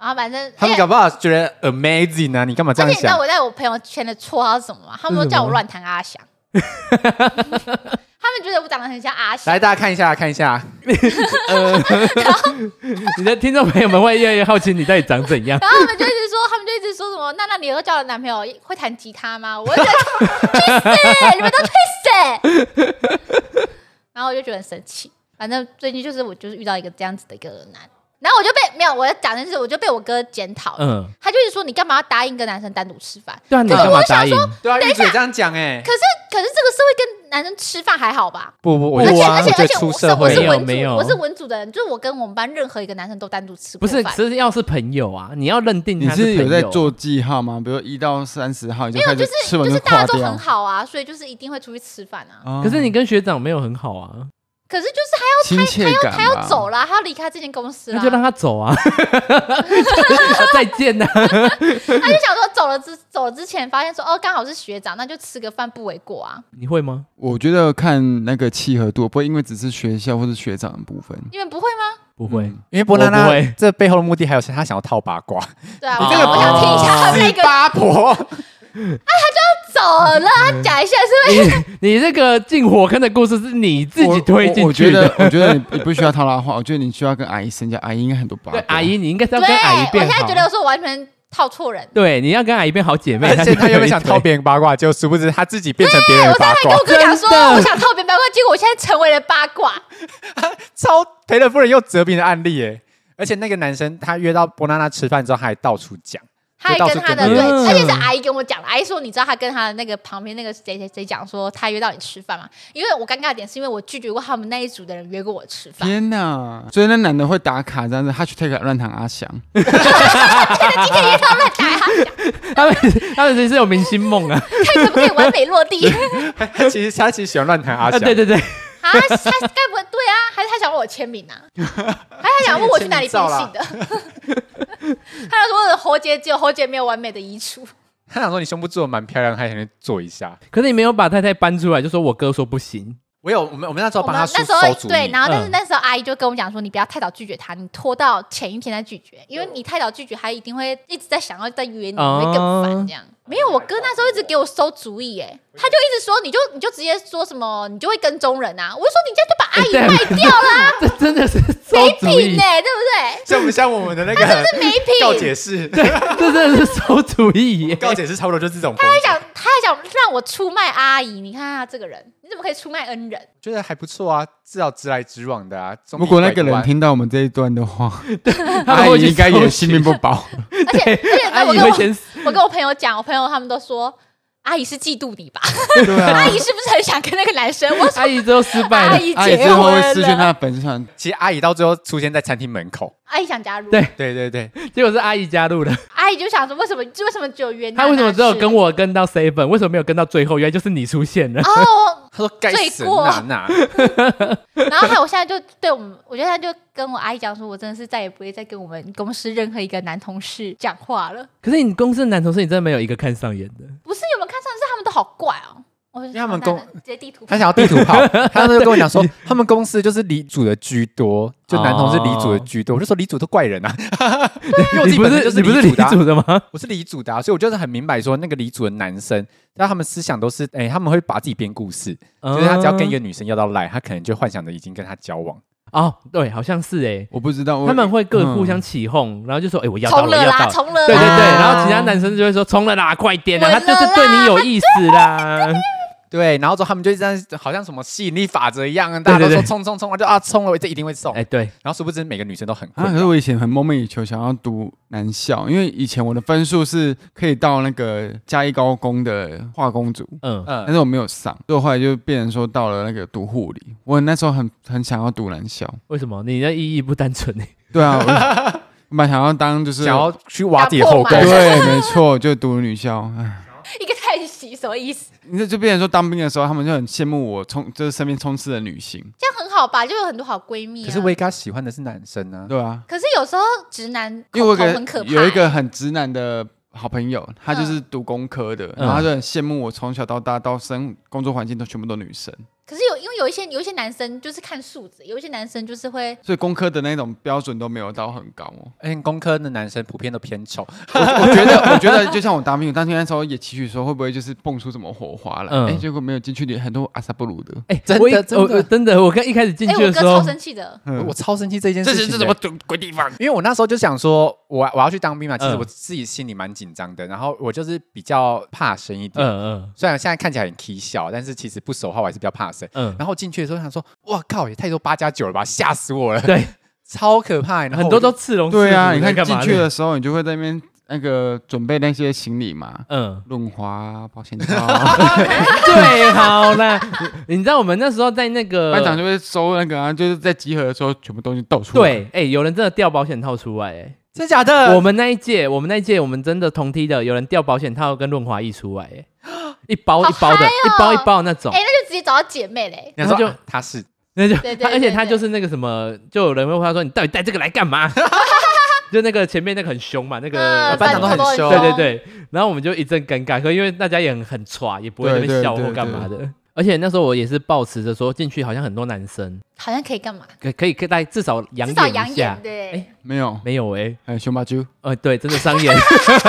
Speaker 1: 然后反正
Speaker 2: 他
Speaker 1: 哎
Speaker 2: 们搞不好觉得 amazing 啊！你干嘛这
Speaker 1: 而且
Speaker 2: 样
Speaker 1: 你知道
Speaker 2: 想？
Speaker 1: 我在我朋友圈的绰号是什么吗？他们都叫我乱弹阿
Speaker 2: (laughs)
Speaker 1: 翔，他们觉得我长得很像阿翔
Speaker 2: 来，。大家看一下，看一下，
Speaker 3: 你的听众朋友们会越来越好奇你到底长怎
Speaker 1: (laughs)
Speaker 3: 样。
Speaker 1: 然后他们就一直说，他们就一直说什么，娜娜，你以后交了男朋友会弹吉他吗？我就觉得去死， (laughs) 你们都去死。欸然后我就觉得很生气。反正最近就是我就是遇到一个这样子的一个男，然后我就被没有，我要讲的是我就被我哥检讨，
Speaker 3: 嗯，
Speaker 1: 他就是说你干嘛要答应跟男生单独吃饭？
Speaker 3: 对啊，你干嘛答应？
Speaker 2: 对啊，玉嘴这样讲哎
Speaker 1: 可，是可是这个社会跟男生吃饭还好吧？
Speaker 2: 不
Speaker 3: 啊
Speaker 2: 不，我
Speaker 1: 而
Speaker 2: 觉
Speaker 1: 且
Speaker 2: 得
Speaker 1: 而且
Speaker 2: 我觉
Speaker 1: 而
Speaker 2: 得
Speaker 1: 且
Speaker 2: 出
Speaker 1: 我是
Speaker 2: 社
Speaker 1: 我
Speaker 2: 会
Speaker 1: 是
Speaker 3: 没有
Speaker 1: 文组
Speaker 3: 没有
Speaker 1: 我是文组的人，就是我跟我们班任何一个男生都单独吃
Speaker 3: 不
Speaker 1: 过
Speaker 3: 是，
Speaker 1: 饭
Speaker 3: 只是要是朋友啊，你要认定
Speaker 4: 你
Speaker 3: 他
Speaker 4: 是
Speaker 3: 朋
Speaker 4: 有
Speaker 3: 友
Speaker 4: 在做记号吗？比如一到三十号，你就开
Speaker 1: 就
Speaker 4: 始
Speaker 1: 是
Speaker 4: 吃完
Speaker 1: 就是大
Speaker 4: 划
Speaker 1: 家都很
Speaker 4: 掉。
Speaker 1: 好啊，所以就是一定会出去吃饭啊。
Speaker 4: 哦
Speaker 3: 可是你跟学长没有很好啊，
Speaker 1: 可是就是
Speaker 4: 亲切感吧，
Speaker 1: 他要走了，他要离开这间公司
Speaker 3: 那
Speaker 1: 了，
Speaker 3: 就让他走啊， (laughs) 再见啊呐、
Speaker 4: (laughs)
Speaker 3: (laughs)
Speaker 1: 他就想说走了之走了之前发现说哦刚好是学长，那就吃个饭不为过啊。
Speaker 3: 你会吗？
Speaker 4: 我觉得看那个契合度，不会因为只是学校或是学长的部分。
Speaker 1: 你们不会吗？
Speaker 3: 不会，
Speaker 4: 嗯
Speaker 2: 因为波娜
Speaker 3: 我不
Speaker 2: 娜
Speaker 3: 会
Speaker 2: 这背后的目的还有是她想要套八卦，
Speaker 1: 对啊，
Speaker 3: 你
Speaker 1: 我
Speaker 3: 这个哦
Speaker 1: 我想听一下他们那
Speaker 2: 死
Speaker 1: 个，
Speaker 2: 八婆，
Speaker 1: 走了，
Speaker 3: 嗯
Speaker 1: 他讲一下是不是？
Speaker 3: 你这个进火坑的故事是你自己推
Speaker 4: 我我
Speaker 3: 进
Speaker 4: 我觉
Speaker 3: 去的
Speaker 4: 得，。我觉得你你不需要套拉话，我觉得你需要跟阿姨深交，阿姨应该很多八
Speaker 3: 对
Speaker 4: 卦。
Speaker 3: 阿姨，你应该是要
Speaker 1: 对，
Speaker 3: 跟阿姨
Speaker 1: 我
Speaker 3: 变
Speaker 1: 现在
Speaker 3: 好。
Speaker 1: 觉得说我完全套错人，
Speaker 3: 对，你要跟阿姨变好姐妹。
Speaker 2: 而且他
Speaker 3: 又
Speaker 2: 原本想套别人八卦，就殊不知他自己变成别人的八
Speaker 1: 跟
Speaker 2: 卦
Speaker 1: 我，哥讲说
Speaker 3: 真的
Speaker 1: 我想套别人八卦，结果我现在成为了八卦，
Speaker 2: 超赔了夫人又折兵的案例耶。而且那个男生他约到波娜娜吃饭之后，他还到处讲，
Speaker 1: 他还
Speaker 2: 就到
Speaker 1: 跟
Speaker 2: 处
Speaker 1: 他的对，
Speaker 2: 跟嗯
Speaker 3: 别人
Speaker 1: 而且是阿姨跟我讲的，阿姨说你知道他跟他的那个旁边那个谁谁谁讲说他约到你吃饭吗？因为我尴尬的点是因为我拒绝过他们那一组的人约过我吃饭，
Speaker 4: 天哪！所以那男的会打卡这样子，#hashtag 乱躺阿翔，
Speaker 1: 今
Speaker 2: 啊
Speaker 1: 天约到乱打他，
Speaker 3: 他们他们其实有明星梦啊！
Speaker 1: 看可不可以完美落
Speaker 2: (laughs)
Speaker 1: 地
Speaker 2: 他其实他其实喜欢乱弹阿
Speaker 3: 啊，
Speaker 2: 翔，
Speaker 3: (laughs) 对对对，
Speaker 1: 啊？他该不会对啊？还是他想问我签名
Speaker 2: (laughs)
Speaker 1: 啊？还是他想问我去哪里变性的？ (laughs) 他说我的喉结只有喉结没有完美的移除。
Speaker 2: 他想说你胸部做的蛮漂亮，他想去做一下。
Speaker 3: 可是你没有把太太搬出来，就说我哥说不行。 (laughs)
Speaker 2: 我有我们我们那时候
Speaker 1: 我
Speaker 2: 帮
Speaker 1: 们
Speaker 2: 他梳
Speaker 1: 哦那时
Speaker 2: 手
Speaker 1: 候
Speaker 2: 足
Speaker 1: 对，
Speaker 2: 泥
Speaker 1: 然后但是
Speaker 3: 嗯
Speaker 1: 那时候阿姨就跟我讲说，你不要太早拒绝他，你拖到前一天再拒绝，因为你太早拒绝，他一定会一直在想要再约你，
Speaker 3: 哦
Speaker 1: 会更烦这样。没有，我哥那时候一直给我馊主意，哎，他就一直说，你就你就直接说什么，你就会跟踪人啊。我就说你这样就把阿姨
Speaker 3: 哎对
Speaker 1: 卖掉啦，
Speaker 3: 这真的是馊
Speaker 1: 没
Speaker 3: 主
Speaker 1: 品
Speaker 3: 意
Speaker 1: 呢，，对不
Speaker 2: 像不像我们的那个
Speaker 1: 对？没
Speaker 2: 告
Speaker 1: 品。
Speaker 2: 解
Speaker 1: (laughs)
Speaker 2: 释？
Speaker 3: 这真的是馊主意耶！
Speaker 2: 告解释差不多就是这种风
Speaker 1: 他还
Speaker 2: 格。
Speaker 1: 想，他还想让我出卖阿姨，你看他这个人，你怎么可以出卖恩人？
Speaker 2: 觉得还不错啊，至少直来直往的啊。总比
Speaker 4: 如果那个
Speaker 2: 拐
Speaker 4: 人
Speaker 2: 弯，
Speaker 4: 听到我们这一段
Speaker 3: (laughs)
Speaker 4: 的话，
Speaker 3: 他
Speaker 4: 阿
Speaker 3: 们会
Speaker 4: 姨
Speaker 3: 去
Speaker 4: 应该也
Speaker 3: 搜
Speaker 4: 性
Speaker 3: 寻
Speaker 4: 命不
Speaker 3: (laughs)
Speaker 4: 保。
Speaker 1: 而且而且，
Speaker 3: 阿
Speaker 1: 那哎我
Speaker 3: 姨
Speaker 1: 跟
Speaker 3: 会
Speaker 1: 我
Speaker 3: 先死。
Speaker 1: 我跟我朋友讲，我朋友他们都说，阿姨是嫉妒你吧？
Speaker 4: 对啊
Speaker 1: 阿，姨是不是很想跟那个男生？我说
Speaker 3: 阿姨最后失败
Speaker 1: 阿
Speaker 3: 了，
Speaker 1: 姨
Speaker 4: (laughs) 阿姨
Speaker 1: 结
Speaker 4: 之后
Speaker 1: 婚
Speaker 4: 会
Speaker 1: 了，
Speaker 4: 失去她的本身。
Speaker 2: 其实阿姨到最后出现在餐厅门口。
Speaker 1: 阿姨想加入，
Speaker 3: 对
Speaker 2: 对对对，
Speaker 3: 结果是阿姨加入的。
Speaker 1: 阿姨就想说，为什么为什么只有约
Speaker 3: 她为什么只有跟
Speaker 1: 我？
Speaker 3: 我跟到 seven？为什么没有跟到最后？原来就是你出现了。
Speaker 1: 哦，
Speaker 2: 他说该死啊
Speaker 1: 罪过
Speaker 2: 娜 (laughs) 娜，
Speaker 1: (laughs) 然后还有，我现在就对我们，我现在就跟我阿姨讲说，我真的是再也不会再跟我们公司任何一个男同事讲话了。
Speaker 3: (laughs) 可是你公司的男同事，你真的没有一个看上眼的。
Speaker 1: 不是有没有看上，是他们都好怪哦。我因
Speaker 2: 因为他们公
Speaker 1: 截地图，
Speaker 2: 他想要地图炮， (laughs) 他就跟我讲说，他们公司就是李主的居多，就男同事李主的居多。我就说李主都怪人 (laughs) 啊，因为我自
Speaker 3: 你
Speaker 2: 己
Speaker 3: 不
Speaker 2: 本身就是
Speaker 3: 你不是
Speaker 2: 李主
Speaker 3: 李
Speaker 2: 的啊
Speaker 3: 主的吗？
Speaker 2: 我是李主的、啊，所以我就是很明白说，那个李主的男生，但他们思想都是，哎、他们会把自己编故事， (laughs) 就是他只要跟一个女生要到赖，他可能就幻想着已经跟她交往。
Speaker 3: 哦，对，好像是哎，
Speaker 4: 我不知道，我
Speaker 3: 他们会各
Speaker 4: 嗯
Speaker 3: 互相起哄，然后就说：“哎，我要到
Speaker 1: 从
Speaker 3: 了，
Speaker 1: 了
Speaker 3: 要到
Speaker 1: 啦，
Speaker 3: 了。”
Speaker 1: 从了啦，
Speaker 3: 对对对，然后其他男生就会说：“冲了啦，快点啊！”
Speaker 1: 稳
Speaker 3: 他
Speaker 1: 了
Speaker 3: 就是对你有意思 (laughs) 啦。
Speaker 2: 对，然后之后他们就这样，好像什么吸引力法则一样，啊大家都
Speaker 3: 对
Speaker 2: 说
Speaker 3: 对对
Speaker 2: 冲冲冲，就啊冲了，我这一定会中。
Speaker 3: 哎，对，
Speaker 2: 然后殊不知每个女生都很
Speaker 4: 啊，
Speaker 2: 困
Speaker 4: 可是
Speaker 2: 扰。
Speaker 4: 我以前很梦寐以求想要读男校，因为以前我的分数是可以到那个嘉义高工的化工组，
Speaker 3: 嗯，
Speaker 4: 但
Speaker 2: 嗯，
Speaker 4: 是我没有上，所以我后来就变成说到了那个读护理。我那时候很很想要读男校，
Speaker 3: 为什么你的意义不单
Speaker 2: (laughs)
Speaker 3: 纯呢？
Speaker 4: 对
Speaker 3: (laughs)
Speaker 4: 啊，我我蛮想要当就是
Speaker 2: 想要去挖自己的啊
Speaker 1: 打破
Speaker 2: 后
Speaker 1: 嘛
Speaker 2: 宫，
Speaker 4: 对，没错，就读女校。唉
Speaker 1: 一个叹息，什么意思？
Speaker 4: 你这就变成说当兵的时候，他们就很羡慕我充就是身边充斥的女性，
Speaker 1: 这样很好吧？就有很多好闺蜜啊。
Speaker 2: 可是维嘎喜欢的是男生啊，
Speaker 4: 对啊，
Speaker 1: 可是有时候直男
Speaker 4: 因为我有
Speaker 1: 口头
Speaker 4: 个
Speaker 1: 很可怕，
Speaker 4: 有一个很直男的好朋友，他就是读工科的，
Speaker 3: 嗯
Speaker 4: 然后他就很羡慕我从小到大到生工作环境都全部都女生，
Speaker 1: 可是有，因为有一些有一些男生就是看素质，有一些男生就是会，
Speaker 4: 所以工科的那种标准都没有到很高
Speaker 3: (laughs)
Speaker 4: 哦。
Speaker 2: 而且工科的男生普遍都偏丑。
Speaker 4: 我我觉得，我觉得就像我当兵，我当兵那时候也期许说会不会就是蹦出什么火花来，哎、
Speaker 3: 嗯
Speaker 4: 结果没有进去，很多阿萨布鲁的。
Speaker 3: 哎，
Speaker 2: 真的
Speaker 3: 我一
Speaker 2: 真的
Speaker 3: 我真的，我刚一开始进
Speaker 1: 哎、
Speaker 3: 去
Speaker 1: 我
Speaker 3: 的
Speaker 1: 哥
Speaker 3: 时
Speaker 1: 超
Speaker 3: 候，
Speaker 1: 生气的，
Speaker 4: 嗯
Speaker 2: 我我超生气这件事
Speaker 4: 这
Speaker 2: 情
Speaker 4: 是
Speaker 2: 的，
Speaker 4: 这什么鬼地方？
Speaker 2: 因为我那时候就想说，我我要去当兵嘛，其实
Speaker 3: 嗯
Speaker 2: 我自己心里蛮紧张的，然后我就是比较怕生一点。
Speaker 3: 嗯
Speaker 2: 虽然现在看起来很奇小，但是其实不熟的话，我还是比较怕生。
Speaker 3: 嗯
Speaker 2: (laughs) 然后进去的时候想说，哇靠，也太多八加九了吧，吓死我了， (laughs)
Speaker 3: 嗯，对，
Speaker 2: 超可怕。然后
Speaker 3: 很
Speaker 2: 我
Speaker 3: 多
Speaker 2: 就
Speaker 3: 都刺龙。
Speaker 4: 对
Speaker 3: 刺
Speaker 4: 啊，
Speaker 3: 虎
Speaker 4: 你
Speaker 3: 的
Speaker 4: 看
Speaker 3: 干
Speaker 4: 进
Speaker 3: 嘛
Speaker 4: 去
Speaker 3: 的？
Speaker 4: 的时候，你就会在那边那个准备那些行李嘛，
Speaker 3: 嗯，
Speaker 4: 润滑、保
Speaker 3: (laughs)
Speaker 4: 险套，啊
Speaker 1: (laughs)
Speaker 3: 对，好啦，你你知道我们那时候在那
Speaker 1: 呃
Speaker 3: 个
Speaker 4: 班长就会收那个啊，就是在集合的时候，全部东西倒出来。
Speaker 3: 对，哎，有人真的掉保险套出来，哎，
Speaker 2: 真假
Speaker 1: 呃
Speaker 2: 的，
Speaker 3: 我们那一届，我们那一届，我们真的同梯的，有人掉保险套跟润滑液出来，
Speaker 1: (gasps)
Speaker 3: 哎，一包一包的，
Speaker 1: 嗨哦
Speaker 3: 一包一包的那种
Speaker 1: 哎、。那就直接找到姐妹嘞。
Speaker 2: 然后
Speaker 3: 然
Speaker 2: 就
Speaker 3: 后就
Speaker 2: 他是
Speaker 3: 那就
Speaker 1: 对对
Speaker 3: 他，而且
Speaker 1: 对
Speaker 3: 他
Speaker 1: 对
Speaker 3: 就是那个什么，就有人会问他说：“你到底带这个来干嘛？” (laughs) 就那个前面那个很凶嘛，那个呃
Speaker 1: 嗯，
Speaker 2: 班长都很
Speaker 1: 很
Speaker 2: 凶
Speaker 3: 对对，对，然后我们就一阵尴尬，可因为大家也很很歘，也不会在那
Speaker 4: 对
Speaker 3: 边
Speaker 4: 对
Speaker 3: 笑或
Speaker 4: 对
Speaker 3: 干嘛的。而而且那时候我也是抱持着说进去好像很多男生，
Speaker 1: 好像可以干嘛？
Speaker 3: 可可以可以带至少养
Speaker 1: 至少养
Speaker 3: 一下
Speaker 1: 眼。对，
Speaker 3: 哎
Speaker 4: 没有，
Speaker 3: 没有哎、欸，
Speaker 4: 哎，熊把猪，
Speaker 3: 呃，对，真的伤眼。 (laughs)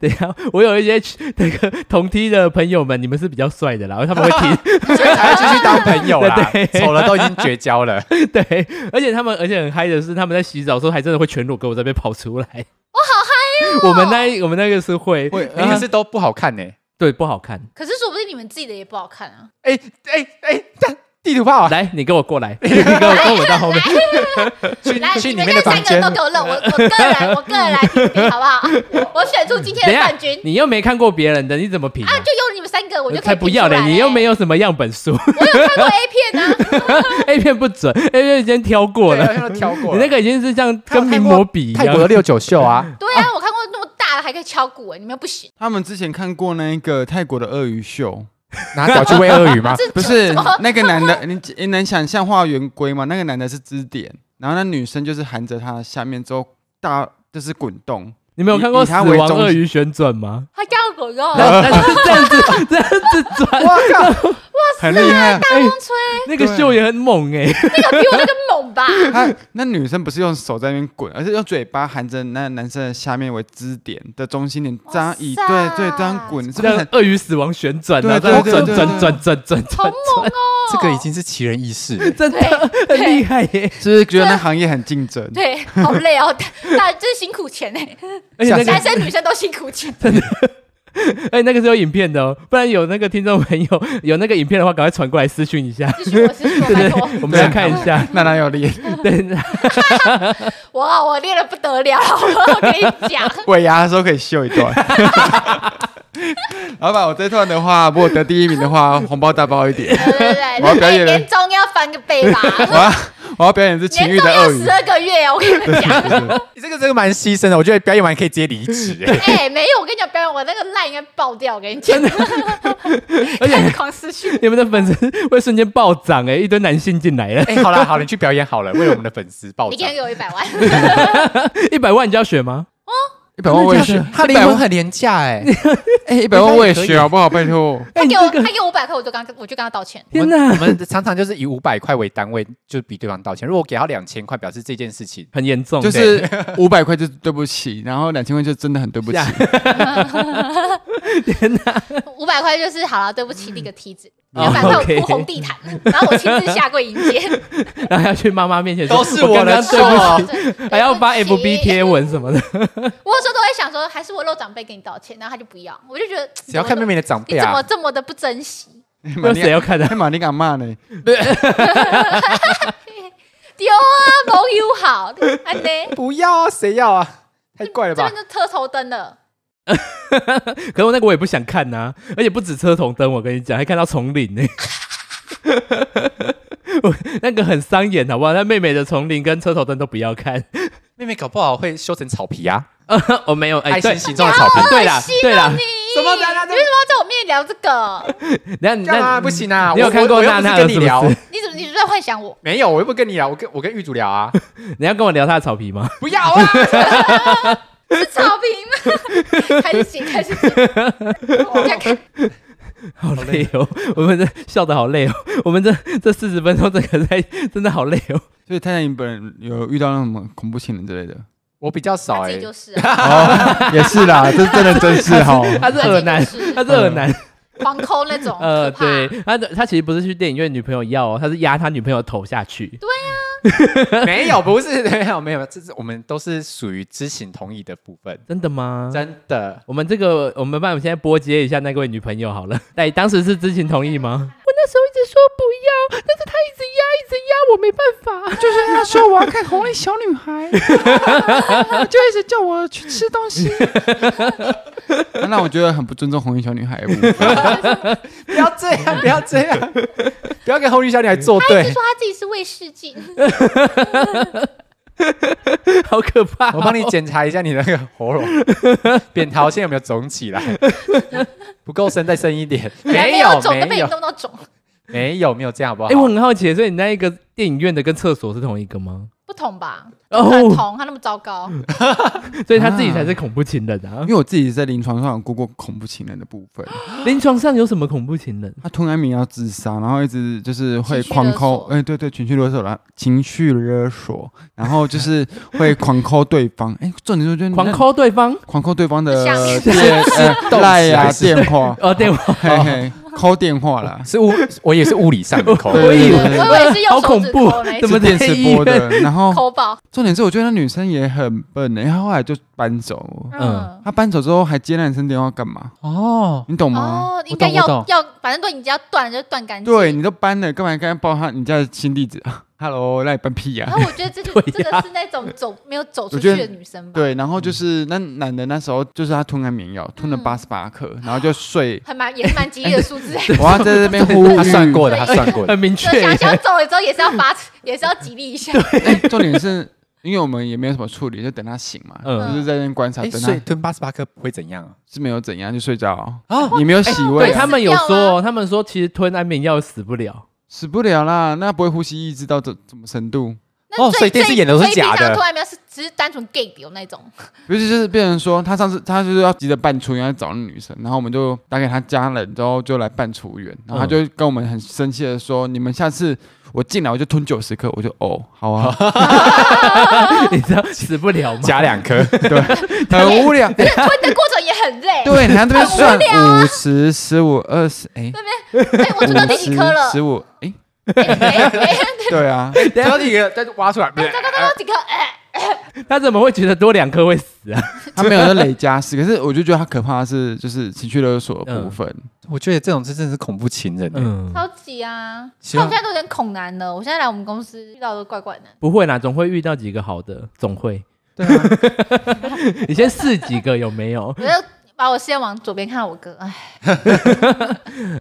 Speaker 3: 等一下，我有一些那个同梯的朋友们，你们是比较帅的啦，然后他们会
Speaker 1: (laughs)
Speaker 3: 听，
Speaker 2: 所以才会继续当朋友啦
Speaker 3: (laughs) 对。
Speaker 2: 丑了都已经绝交
Speaker 3: (laughs)
Speaker 2: 了，
Speaker 3: 对，而且他们，而且很嗨的是，他们在洗澡的时候还真的会全裸跟我这边跑
Speaker 1: (laughs)
Speaker 3: 出来。我好嗨哦！我们那一我们那个是会，哎
Speaker 4: 会
Speaker 2: 你可是都不好看呢。
Speaker 3: 对，不好看。
Speaker 1: 可是说不定你们自己的也不好看啊。
Speaker 2: 哎哎哎，但地图炮啊
Speaker 3: 来，你跟我过来，你跟我跟我到
Speaker 1: (laughs)
Speaker 3: 后面。
Speaker 2: 去
Speaker 1: 来，
Speaker 2: 去
Speaker 1: 你
Speaker 2: 里
Speaker 1: 们
Speaker 2: 面的
Speaker 1: 这
Speaker 2: 房
Speaker 1: 三个
Speaker 2: 间
Speaker 1: 人都，给我认，我我个
Speaker 3: (laughs)
Speaker 1: 人我个人来评比好不好？我选出今天的
Speaker 3: 等一下
Speaker 1: 冠军，。
Speaker 3: 你又没看过别人的，你怎么评、啊？
Speaker 1: 啊，就用你们三个，我就可以
Speaker 3: 才不要
Speaker 1: 嘞！
Speaker 3: 你又没有什么样本书
Speaker 1: 看过 A 片啊，
Speaker 3: (laughs) ，A 片不准，A 片已经挑过
Speaker 2: 对，
Speaker 3: 了
Speaker 2: 好。像都挑过了
Speaker 3: 你那。个已经是像
Speaker 2: 他有
Speaker 3: 跟名
Speaker 2: 看过
Speaker 3: 模比一
Speaker 2: 泰
Speaker 3: 样
Speaker 2: 国的。六九秀啊，
Speaker 3: (laughs)
Speaker 1: 对
Speaker 3: 哦
Speaker 1: 啊，我看过那么大的还可以敲鼓，哎，你们不行，
Speaker 4: 他们之前看过那个泰国的鳄鱼秀，
Speaker 2: 拿脚去喂鳄鱼
Speaker 1: (laughs)
Speaker 3: 啊
Speaker 2: 吗？
Speaker 1: 这
Speaker 4: 不是
Speaker 1: 怎么
Speaker 4: 那个男的， (laughs) 你你能想象画圆规吗？那个男的是支点，然后那女生就是含着他的下面之后大就是滚动，
Speaker 3: 你没有看过《
Speaker 4: 以以
Speaker 3: 死
Speaker 4: 他为
Speaker 3: 亡
Speaker 4: 中心
Speaker 3: 鳄鱼旋转》吗？
Speaker 1: 他叫狗肉，
Speaker 3: 那那是这样子，这样子转，
Speaker 4: 哇靠，很厉害。
Speaker 3: (laughs) 哎，
Speaker 1: 吹
Speaker 3: 那个秀也很猛哎。
Speaker 1: 那个比我那个猛
Speaker 3: (laughs)
Speaker 1: 吧？
Speaker 4: 他那女生不是用手在那边滚，而是用嘴巴含着那男生的下面为支点的中心点，这样以
Speaker 1: 哇塞
Speaker 4: 对对这样滚，是不是
Speaker 3: 让
Speaker 4: 很？
Speaker 3: 鳄鱼死亡旋转啊，
Speaker 4: 对
Speaker 3: 然后
Speaker 4: 对
Speaker 3: 转
Speaker 4: 对
Speaker 3: 转
Speaker 4: 对
Speaker 3: 转转转
Speaker 1: 好
Speaker 3: 转，
Speaker 1: 猛哦！
Speaker 2: 这个已经是奇人异事了。
Speaker 3: 真的
Speaker 1: 对
Speaker 3: 很厉害耶！
Speaker 4: 是不是觉得那行业很竞争？
Speaker 1: 对，好累哦，但但这是辛苦钱哎，
Speaker 3: 而且那个
Speaker 1: 男，生女生都辛苦钱，
Speaker 3: (laughs) 而且那个是有影片的哦，不然有那个听众朋友 (laughs) 有那个影片的话，赶快传过来私讯一下，
Speaker 1: 继续我继续我拜托，
Speaker 3: 我们来看一下。
Speaker 4: (laughs) 那哪有脸？
Speaker 3: 对，
Speaker 1: 哇，我练的不得了，我跟你讲，
Speaker 4: (laughs) 尾牙的时候可以秀一
Speaker 1: (laughs)
Speaker 4: 段。老板，我这段的话，如果得第一名的话，红包大包
Speaker 1: (laughs)
Speaker 4: 一点。
Speaker 1: 对对对，
Speaker 4: 我要表演了
Speaker 1: 年终要翻个倍吧，
Speaker 4: 我要我要表演的是情
Speaker 1: 年
Speaker 4: 欲
Speaker 1: 终
Speaker 4: 的
Speaker 1: 要
Speaker 4: 鳄鱼
Speaker 1: 十，二个月哦，我跟你们讲。
Speaker 2: 你这个这个蛮牺牲的，我觉得表演完可以直接离
Speaker 3: (laughs)
Speaker 2: 职。哎
Speaker 1: 哎、没有，我跟你讲，表演我那个烂应该爆掉，我跟你讲，
Speaker 3: 而
Speaker 1: 开始
Speaker 3: 且
Speaker 1: 狂失去。
Speaker 3: 你们的粉丝会瞬间暴涨哎，一堆男性进来了，
Speaker 2: 哎，好了好了，你去表演好了，为了我们的粉
Speaker 3: (laughs)
Speaker 2: 丝报
Speaker 1: 一天
Speaker 2: 账。
Speaker 1: 给我一百万，
Speaker 3: 一百万你就要选吗？
Speaker 4: 一百万我也
Speaker 2: (laughs)
Speaker 4: 学，
Speaker 2: 他
Speaker 4: 一
Speaker 2: 灵
Speaker 4: 百
Speaker 2: 魂
Speaker 4: 万
Speaker 2: 很廉价
Speaker 3: (laughs)
Speaker 2: 哎，
Speaker 4: 哎，一百万我也学好不好？拜托，
Speaker 1: 他
Speaker 3: 哎，你
Speaker 1: 给我
Speaker 3: 这个
Speaker 1: 他给我五百块，我就跟他我就跟他道歉。
Speaker 2: 我
Speaker 3: 天
Speaker 2: 们我
Speaker 3: 哪，
Speaker 2: 们常常就是以五百块为单位，就比对方道歉。如果给他两千块，表示这件事情
Speaker 3: 很严重，
Speaker 4: 就是五百块就是对不起，然后两千块就真的很对不
Speaker 1: (laughs)
Speaker 4: 起
Speaker 3: 吓。天哪，
Speaker 1: 五百块就是好了，对不起，那个梯子。
Speaker 3: 哦
Speaker 1: 两百块我
Speaker 3: OK
Speaker 1: 铺红地毯，然后我亲自下跪迎接。
Speaker 3: 然后要去妈妈面前说
Speaker 2: 都是我的
Speaker 3: 刚刚对不
Speaker 2: 错
Speaker 3: 起，
Speaker 1: 对对不起
Speaker 3: 还要发 FB 贴文什么的，
Speaker 1: 我有时候都会想说，还是我露长辈给你道歉，然后他就不要，我就觉得
Speaker 2: 只要看妹妹的长
Speaker 1: 你
Speaker 2: 辈
Speaker 1: 怎么
Speaker 2: 啊，
Speaker 1: 这么的不珍惜，
Speaker 3: 不知道 (laughs) 谁要看啊的
Speaker 4: 哎，玛丽敢骂呢？
Speaker 1: 丢啊，盟友好，安
Speaker 2: (laughs)
Speaker 1: 呢？
Speaker 2: 不要啊，谁要啊？太怪了
Speaker 1: 这
Speaker 2: 吧
Speaker 1: 边！就特头灯了，
Speaker 3: 可是我那个我也不想看呐、而且不止车头灯，我跟你讲，还看到丛林呢、 (laughs) 我那个很伤眼，好不好？那妹妹的丛林跟车头灯都不要看。
Speaker 2: 妹妹搞不好会修成草皮啊，
Speaker 3: 我、没有，哎、
Speaker 2: 爱
Speaker 3: 对
Speaker 2: 心形状的草皮。
Speaker 3: 对啦
Speaker 1: 心啊，
Speaker 3: 对啦
Speaker 1: 你，
Speaker 2: 什么大家
Speaker 1: 你
Speaker 2: 都
Speaker 1: 为什么要在我面前聊这个？
Speaker 3: 那你
Speaker 2: 干嘛
Speaker 3: 那
Speaker 2: 不行啊？
Speaker 3: 你有
Speaker 2: 我
Speaker 3: 看过
Speaker 2: 我我又
Speaker 3: 娜
Speaker 2: 不是
Speaker 3: 娜
Speaker 2: 跟
Speaker 3: 的
Speaker 2: 你
Speaker 3: 是不
Speaker 2: 聊？
Speaker 3: 是？
Speaker 1: 你怎么你是不是在幻想我？
Speaker 2: 没有，我又不跟你聊，我跟我跟玉竹聊
Speaker 1: (laughs)
Speaker 2: 啊，
Speaker 3: 你要跟我聊她的草皮吗？ (laughs)
Speaker 2: 不要啊！ (laughs)
Speaker 1: 是草坪吗？开始写，开始写。我在
Speaker 2: (laughs)
Speaker 1: 看，
Speaker 3: 好累哦，我们这笑得好累哦，我们这这四十分钟这个在真的好累哦。
Speaker 4: 所以泰坦影本人有遇到那种恐怖情人之
Speaker 1: (laughs)
Speaker 4: 类的，
Speaker 2: 我比较少
Speaker 1: 他
Speaker 2: 哎、
Speaker 1: 自己就是啊，
Speaker 4: 哦，也是啦，这真的真
Speaker 1: (laughs)
Speaker 4: 是哦哈。
Speaker 3: 他是耳男
Speaker 1: 他自己就，是
Speaker 3: 他是耳男，
Speaker 1: 狂抠那种，
Speaker 3: 呃，
Speaker 1: 可怕
Speaker 3: 对，，他的他其实不是去电影院女朋友要、哦，他是压他女朋友头下去。
Speaker 2: (laughs) 没有，不是没有没有，这是我们都是属于知情同意的部分，
Speaker 3: 真的吗？
Speaker 2: 真的。
Speaker 3: 我们这个，我们帮我们现在拨接一下那位女朋友好了。 (laughs) 哎，当时是知情同意吗？ (laughs) 我那时候一直说不要，但是他一直压，一直压，我没办法。
Speaker 5: (laughs) 就是他说我要看红衣小女孩， (laughs) 就一直叫我去吃东西。
Speaker 4: 那让我觉得很不尊重红衣小女孩的部分。
Speaker 2: 不要这 (laughs) 样，不要这样，不要跟红绿小女孩作 (laughs)
Speaker 1: 他一直
Speaker 2: 对。
Speaker 1: 说他自己是卫视 (laughs) 镜，
Speaker 3: 好可怕、哦
Speaker 2: 我帮你。检查一下你的那个喉 (laughs) 咙，扁桃腺有没有肿起 (laughs) 来？不够深，再深一点。没有，
Speaker 1: 肿都
Speaker 2: 没
Speaker 1: 被你
Speaker 2: 有，哎
Speaker 1: 弄到肿。
Speaker 2: 没有，没有这样好不好？
Speaker 3: 哎，我很好奇，所以你那一个电影院的跟厕所是同一个吗？
Speaker 1: 不同吧？
Speaker 3: 哦
Speaker 1: 不可能同他那么糟
Speaker 2: (laughs)
Speaker 1: 糕，
Speaker 3: 所以他自己才是恐怖情人啊
Speaker 4: 因。为我自己在临床上有过过恐怖情人的部分，
Speaker 2: 啊
Speaker 3: 临床上有什么恐怖情人？
Speaker 4: 他吞安眠药自杀，然后一直就是
Speaker 1: 情
Speaker 4: 会
Speaker 1: 绪
Speaker 4: 狂
Speaker 1: 勒
Speaker 4: 抠，
Speaker 1: 索
Speaker 4: 哎、对对，情绪勒索了，情绪勒索，然后就是会狂抠对方，哎、重点
Speaker 2: 嗯
Speaker 4: 就是
Speaker 3: 狂抠对方？
Speaker 4: 狂抠对方的
Speaker 1: 下面 (laughs)
Speaker 4: 电呃赖呀
Speaker 2: 还是
Speaker 4: 电话，
Speaker 3: 哦，对，我
Speaker 4: 嘿嘿，
Speaker 1: 哦
Speaker 4: 抠电
Speaker 2: (laughs)
Speaker 4: 话啦，
Speaker 2: 是物，我也是物理 (laughs) 上的口
Speaker 4: 对
Speaker 1: 我
Speaker 2: 味。
Speaker 1: 以
Speaker 4: 对对
Speaker 1: 为
Speaker 4: 对
Speaker 1: 我也是
Speaker 3: 好
Speaker 1: 用手
Speaker 3: 恐
Speaker 1: 指
Speaker 3: 怖
Speaker 1: 抠那一种
Speaker 3: 怎么
Speaker 4: 是电
Speaker 3: 在
Speaker 4: 磁
Speaker 3: 医
Speaker 4: 波
Speaker 3: 院
Speaker 4: 的，然后
Speaker 1: 抠爆，
Speaker 4: 重点是我觉得那女生也很笨、欸，她后来就搬走，
Speaker 1: 嗯。
Speaker 4: 她搬走之后还接那男生电话干嘛？
Speaker 2: 哦，
Speaker 4: 你懂吗？
Speaker 1: 哦，应该
Speaker 2: 我懂
Speaker 1: 要
Speaker 2: 我懂
Speaker 1: 要，反正都你只要断了就断干净。
Speaker 4: 对，你都搬了，干嘛干嘛报她你家的新地址啊 (laughs) ？Hello，那你搬屁呀、
Speaker 1: 然后我觉得这就
Speaker 3: 对
Speaker 1: 真
Speaker 3: 呀
Speaker 1: 的是那种走没有走出
Speaker 4: 我觉
Speaker 1: 去
Speaker 4: 得
Speaker 1: 的女生吧，
Speaker 4: 对，然后
Speaker 2: 嗯
Speaker 4: 就是那男的那时候就是他吞安眠药，吞了
Speaker 1: 嗯。
Speaker 4: 八十八克，然后就睡
Speaker 1: 还蛮也是蛮激烈的数字。
Speaker 4: 我要在
Speaker 2: (laughs)
Speaker 4: 这边呼吁，
Speaker 2: 他算过的，他算过的。
Speaker 3: 很明
Speaker 1: 就
Speaker 3: 确耶
Speaker 1: 想。想走了之后也是要罚，也是要激励一下。
Speaker 4: 哎重点是因为我们也没有什么处理，就等他醒嘛，
Speaker 3: 嗯
Speaker 4: 就是在那边观察，
Speaker 2: 哎，
Speaker 4: 等他
Speaker 2: 所以吞八十八颗不会怎样啊？
Speaker 4: 是没有怎样就睡着啊
Speaker 2: 啊，
Speaker 4: 你没有洗
Speaker 3: 对
Speaker 4: 胃
Speaker 3: 他
Speaker 4: 啊，
Speaker 3: 们有
Speaker 1: 死掉
Speaker 3: 说哦，他们说其实吞安眠药死不了。
Speaker 4: 死不了啦，那不会呼吸抑制到这怎么程度？
Speaker 1: 那
Speaker 2: 哦
Speaker 1: 最
Speaker 2: 所以电视演的都是
Speaker 1: 最最
Speaker 2: 假的
Speaker 1: 平常突然没有是只是单纯 gay 流那种，
Speaker 4: 尤其就是变成说，他上次他就是要急着办出院，要找那女生，然后我们就打给他家人，之后就来办出院，然后他
Speaker 2: 嗯
Speaker 4: 就跟我们很生气的说：“你们下次我进来我就吞九十克。”我就哦，好
Speaker 2: (laughs)
Speaker 4: 啊，
Speaker 1: 啊
Speaker 3: (laughs) 你知道死不了吗？
Speaker 2: 加两 (laughs) 颗，
Speaker 4: 很无聊。
Speaker 1: 吞的过程也很
Speaker 3: (laughs)
Speaker 1: 累。
Speaker 4: 对，你看这边
Speaker 1: 很无
Speaker 4: 算五十、十五、二十，哎，
Speaker 1: 对， (laughs) 我吞到
Speaker 4: 五
Speaker 1: 第几颗了
Speaker 4: 十、十？五，
Speaker 1: (laughs)
Speaker 4: 哎，
Speaker 1: 哎哎哎，
Speaker 4: 对
Speaker 1: (laughs)
Speaker 4: 啊，
Speaker 2: (laughs) 然后一个再挖 (laughs) 出来，不是
Speaker 1: 吞到几颗？哎，
Speaker 3: 他怎么会觉得多两颗会死啊？
Speaker 4: 他没有在累加十，可是我就觉得他可怕的是就是情绪勒索的
Speaker 1: (laughs)
Speaker 4: 部分，
Speaker 1: 嗯
Speaker 2: 我觉得这种真的是恐怖情人欸。
Speaker 3: 嗯，
Speaker 1: 超级啊！
Speaker 2: 希
Speaker 1: 看
Speaker 2: 望
Speaker 1: 我现在都有点恐男了。我现在来我们公司遇到的怪怪男，
Speaker 3: 不会啦，总会遇到几个好的，总会。
Speaker 4: 对啊，
Speaker 3: (laughs) 你先试几个有没有
Speaker 1: 我就把我视线往左边看，我哥，哎，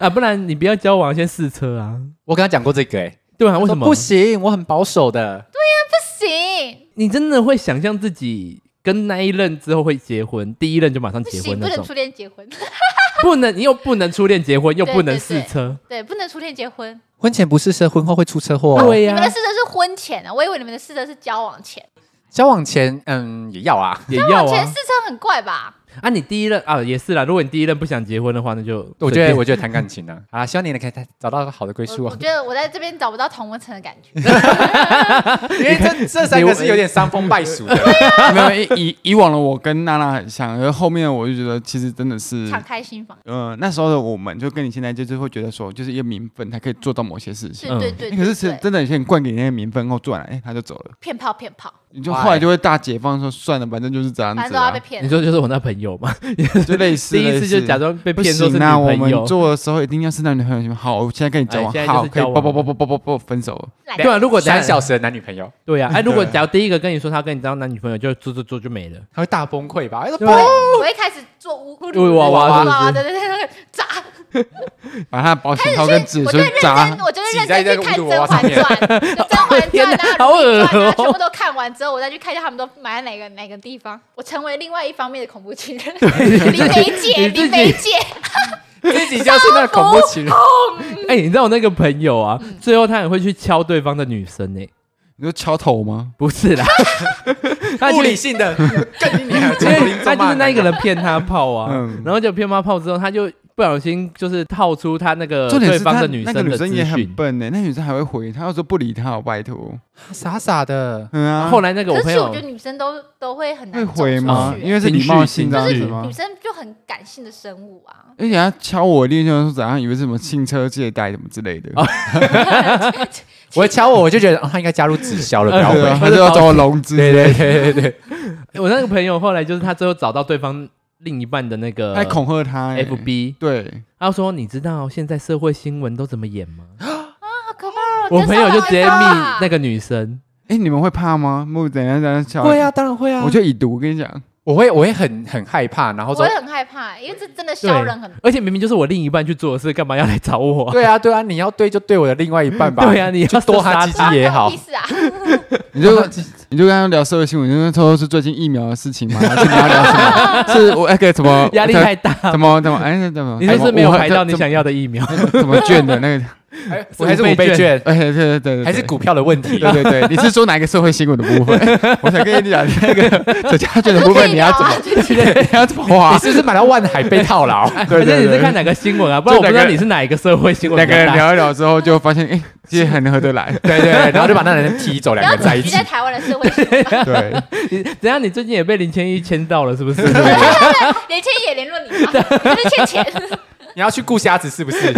Speaker 3: 啊？不然你不要交往，先试车啊。
Speaker 2: 我跟他讲过这个，哎，
Speaker 3: 对啊，为什
Speaker 2: 他说
Speaker 3: 么
Speaker 2: 不？行，我很保守的。
Speaker 1: 不行
Speaker 3: 你真的会想象自己跟那一任之后会结婚，第一任就马上
Speaker 1: 不
Speaker 3: 结
Speaker 1: 行，
Speaker 3: 婚
Speaker 1: 不
Speaker 3: 那
Speaker 1: 能
Speaker 3: 种
Speaker 1: 初，恋结婚，
Speaker 3: 不能，你又不能初恋结婚，又
Speaker 1: 对
Speaker 3: 不能
Speaker 1: 对
Speaker 3: 试
Speaker 1: 对
Speaker 3: 车，
Speaker 1: 对，不能初恋结婚。
Speaker 2: 婚前不试车，婚后会出车祸哦。
Speaker 3: 对
Speaker 1: 你们
Speaker 3: 呀
Speaker 1: 的，试的是婚前啊，我以为你们的试的是交往前，
Speaker 2: 交往前，嗯，也要啊。
Speaker 3: 也要
Speaker 1: 前试
Speaker 3: 啊。
Speaker 1: 车很怪吧？
Speaker 3: 啊，你第一任啊也是啦，如果你第一任不想结婚的话，那就
Speaker 2: 我
Speaker 3: 随
Speaker 2: 觉得，
Speaker 3: 便
Speaker 2: 我觉得谈感情呢，啊，希望你能可以找到好的归
Speaker 1: 我
Speaker 2: 宿
Speaker 1: 我
Speaker 2: 哦。
Speaker 1: 觉得我在这边找不到同温层的感觉。
Speaker 2: 因为这这三个是有点伤风败俗的。
Speaker 4: 没有以以以往的我跟娜娜很像，而后面我就觉得其实真的是
Speaker 1: 敞开心房，
Speaker 4: 呃，那时候的我们就跟你现在就是会觉得说，就是一个名分才可以做到某些事
Speaker 1: 是
Speaker 4: 情。
Speaker 3: 嗯
Speaker 1: 对对对
Speaker 4: 欸可是是
Speaker 1: 对
Speaker 4: 真的，有些人灌给你那个名分后做完了，哎、他就走了，
Speaker 1: 骗炮骗炮，
Speaker 4: 你就
Speaker 2: Why？
Speaker 4: 后来就会大解放说，算了，反正就是这样
Speaker 1: 反正
Speaker 4: 子、
Speaker 1: 都要
Speaker 4: 啊
Speaker 1: 被，骗
Speaker 3: 你
Speaker 1: 了。
Speaker 3: 说就是我那朋友嘛，
Speaker 4: 就类似。
Speaker 3: 第一次就
Speaker 4: 类似
Speaker 3: 假装被
Speaker 4: 不
Speaker 3: 骗说是
Speaker 4: 行
Speaker 3: 女
Speaker 4: 啊，我
Speaker 3: 朋友
Speaker 4: 们。做的时候一定要是男女朋友行吗好，我现在跟你交往，
Speaker 3: 哎现在就
Speaker 4: 好，
Speaker 3: 是
Speaker 4: 可以
Speaker 3: 交往
Speaker 4: 不不不不不不不分手了。
Speaker 1: 懒
Speaker 3: 对啊，如果等下
Speaker 2: 三小时的男女朋友，
Speaker 3: 对啊，哎，如果
Speaker 4: 对
Speaker 3: 假如第一个跟你说他跟你当男女朋友，就做做做就没了。
Speaker 2: 他会大崩溃吧？哎不
Speaker 3: 对
Speaker 1: 我一开始做乌乌
Speaker 3: 乌娃娃
Speaker 1: 娃
Speaker 3: 是不
Speaker 1: 对
Speaker 3: 是
Speaker 1: 对对，对砸。
Speaker 4: 把他的保险套跟指
Speaker 1: 哎我就
Speaker 4: 针
Speaker 1: 认
Speaker 4: 扎
Speaker 1: 真，，我就
Speaker 2: 挤
Speaker 1: 认
Speaker 2: 在
Speaker 1: 真
Speaker 2: 那个
Speaker 1: 去看《
Speaker 2: 乌鲁
Speaker 1: 甄
Speaker 2: 娃娃
Speaker 1: 嬛
Speaker 2: 上面
Speaker 1: 传》，就《
Speaker 3: (laughs)
Speaker 1: 甄嬛
Speaker 3: 天
Speaker 1: 传
Speaker 3: 哪》
Speaker 1: 啊，《如懿
Speaker 3: 好恶
Speaker 1: 传
Speaker 3: 哦》
Speaker 1: 啊，全部都看完之后，我再去看一下他们都埋在哪个哪个地方。我成为另外一方面的恐怖情人，李梅姐，
Speaker 3: 你自己
Speaker 1: 李梅姐，
Speaker 2: 自己就是那个恐怖情人，
Speaker 3: 哎、你知道我那个朋友啊，最后他也会去敲对方的女生呢、
Speaker 4: 你说敲头吗？
Speaker 3: 不是啦，他
Speaker 2: 物
Speaker 3: 就
Speaker 2: 理
Speaker 3: 是
Speaker 2: 性的，更你娘，
Speaker 3: 因为他
Speaker 2: 他
Speaker 3: 就是那一个人骗他泡啊，
Speaker 4: 嗯
Speaker 3: 然后就骗他泡之后，他就不小心就是套出他那个
Speaker 4: 重
Speaker 3: 对
Speaker 4: 点是
Speaker 3: 方
Speaker 4: 他
Speaker 3: 的女
Speaker 4: 那
Speaker 3: 生
Speaker 4: 个女
Speaker 3: 的
Speaker 4: 生
Speaker 3: 资
Speaker 4: 也很
Speaker 3: 讯。
Speaker 4: 笨呢、那女生还会回他，要说不理他哦，拜托。
Speaker 2: 傻傻的。
Speaker 4: 嗯啊，
Speaker 3: 后来那个我
Speaker 1: 可
Speaker 3: 朋
Speaker 1: 是
Speaker 3: 友
Speaker 1: 我觉得女生都都会很
Speaker 4: 会
Speaker 1: 难走
Speaker 4: 回
Speaker 1: 出
Speaker 4: 吗？
Speaker 1: 去
Speaker 4: 因为是
Speaker 3: 情
Speaker 4: 礼貌
Speaker 3: 绪
Speaker 4: 性
Speaker 3: 情
Speaker 4: 这样
Speaker 3: 绪
Speaker 4: 子吗
Speaker 1: 女？生就很感性的生物啊，
Speaker 4: 而且他敲我的另一圈说怎样，以为是什么性车借贷什么之类的，
Speaker 2: 我敲我，我就觉得哦他应该加入直销了，不要
Speaker 4: 对啊
Speaker 2: 回。
Speaker 4: 他就要找我融资，
Speaker 2: 对对对对对，
Speaker 3: 我那个朋友后来就是他最后找到对方另一半的那个
Speaker 4: 他还恐吓他欸
Speaker 3: FB，
Speaker 4: 对，
Speaker 3: 他说你知道现在社会新闻都怎么演吗？啊
Speaker 1: 好可怕哦！
Speaker 3: 我朋友就直接密那
Speaker 1: 个，
Speaker 3: 个女生，
Speaker 4: 哎，你们会怕吗？木怎样怎样敲？
Speaker 2: 会啊，，当然会啊。
Speaker 4: 我就已读，我跟你讲，
Speaker 2: 我会我会很很害怕，然后
Speaker 1: 我
Speaker 2: 说
Speaker 1: 会很害怕，因为这真的
Speaker 3: 对
Speaker 1: 消人很。
Speaker 3: 而且明明就是我另一半去做的事，干嘛要来找
Speaker 4: (laughs)
Speaker 3: 我？
Speaker 2: 对啊对啊，你要对就对我的另外一半吧。
Speaker 3: 对啊你要
Speaker 2: 就多他鸡鸡也好
Speaker 1: 意。思
Speaker 3: (laughs)
Speaker 1: 啊，
Speaker 4: 你就你就跟他聊社会新闻，你就跟他说是最近疫苗的事情吗？还是你要聊什
Speaker 3: (laughs)
Speaker 4: 么？是我那个怎么
Speaker 3: 压力太大，
Speaker 4: (laughs) 怎么怎么哎怎么？
Speaker 3: 你是不是没有
Speaker 4: 哎我
Speaker 3: 排到你
Speaker 4: 怎么
Speaker 3: 想要的疫苗？
Speaker 4: 怎么卷的那个？
Speaker 2: 我还是五倍券，
Speaker 4: 哎，对对对，对
Speaker 2: 还是股票的问题？
Speaker 3: 啊
Speaker 4: 对对对，你是说哪一个社会新闻的部分？
Speaker 3: (laughs)
Speaker 4: 我想跟你讲那个折价券的部分，你要怎么，
Speaker 1: 啊
Speaker 4: 你要怎么
Speaker 2: 你
Speaker 4: 花？
Speaker 2: 是不是买到万海被套牢？
Speaker 4: (laughs) 对
Speaker 3: 反正
Speaker 4: 对
Speaker 3: 你是看哪
Speaker 4: 对，
Speaker 3: 个新闻啊？不然我不知道你是哪一个社会新闻。
Speaker 4: 两个人，聊一聊之后，就发现哎，其实很合得来。
Speaker 2: 对对，对然后就把那人踢走，
Speaker 1: 不
Speaker 2: 两
Speaker 1: 要
Speaker 2: 个人在一
Speaker 1: 只局
Speaker 2: 起
Speaker 1: 在。台湾的社
Speaker 3: (laughs)
Speaker 1: 会，
Speaker 4: 对，
Speaker 3: 你怎样？你最近也被林千一签到了，是不
Speaker 4: (laughs)
Speaker 3: 是？
Speaker 1: 连倩也联络你
Speaker 3: (laughs)
Speaker 1: 吗？你是欠钱，
Speaker 2: 你要去顾瞎子是不是？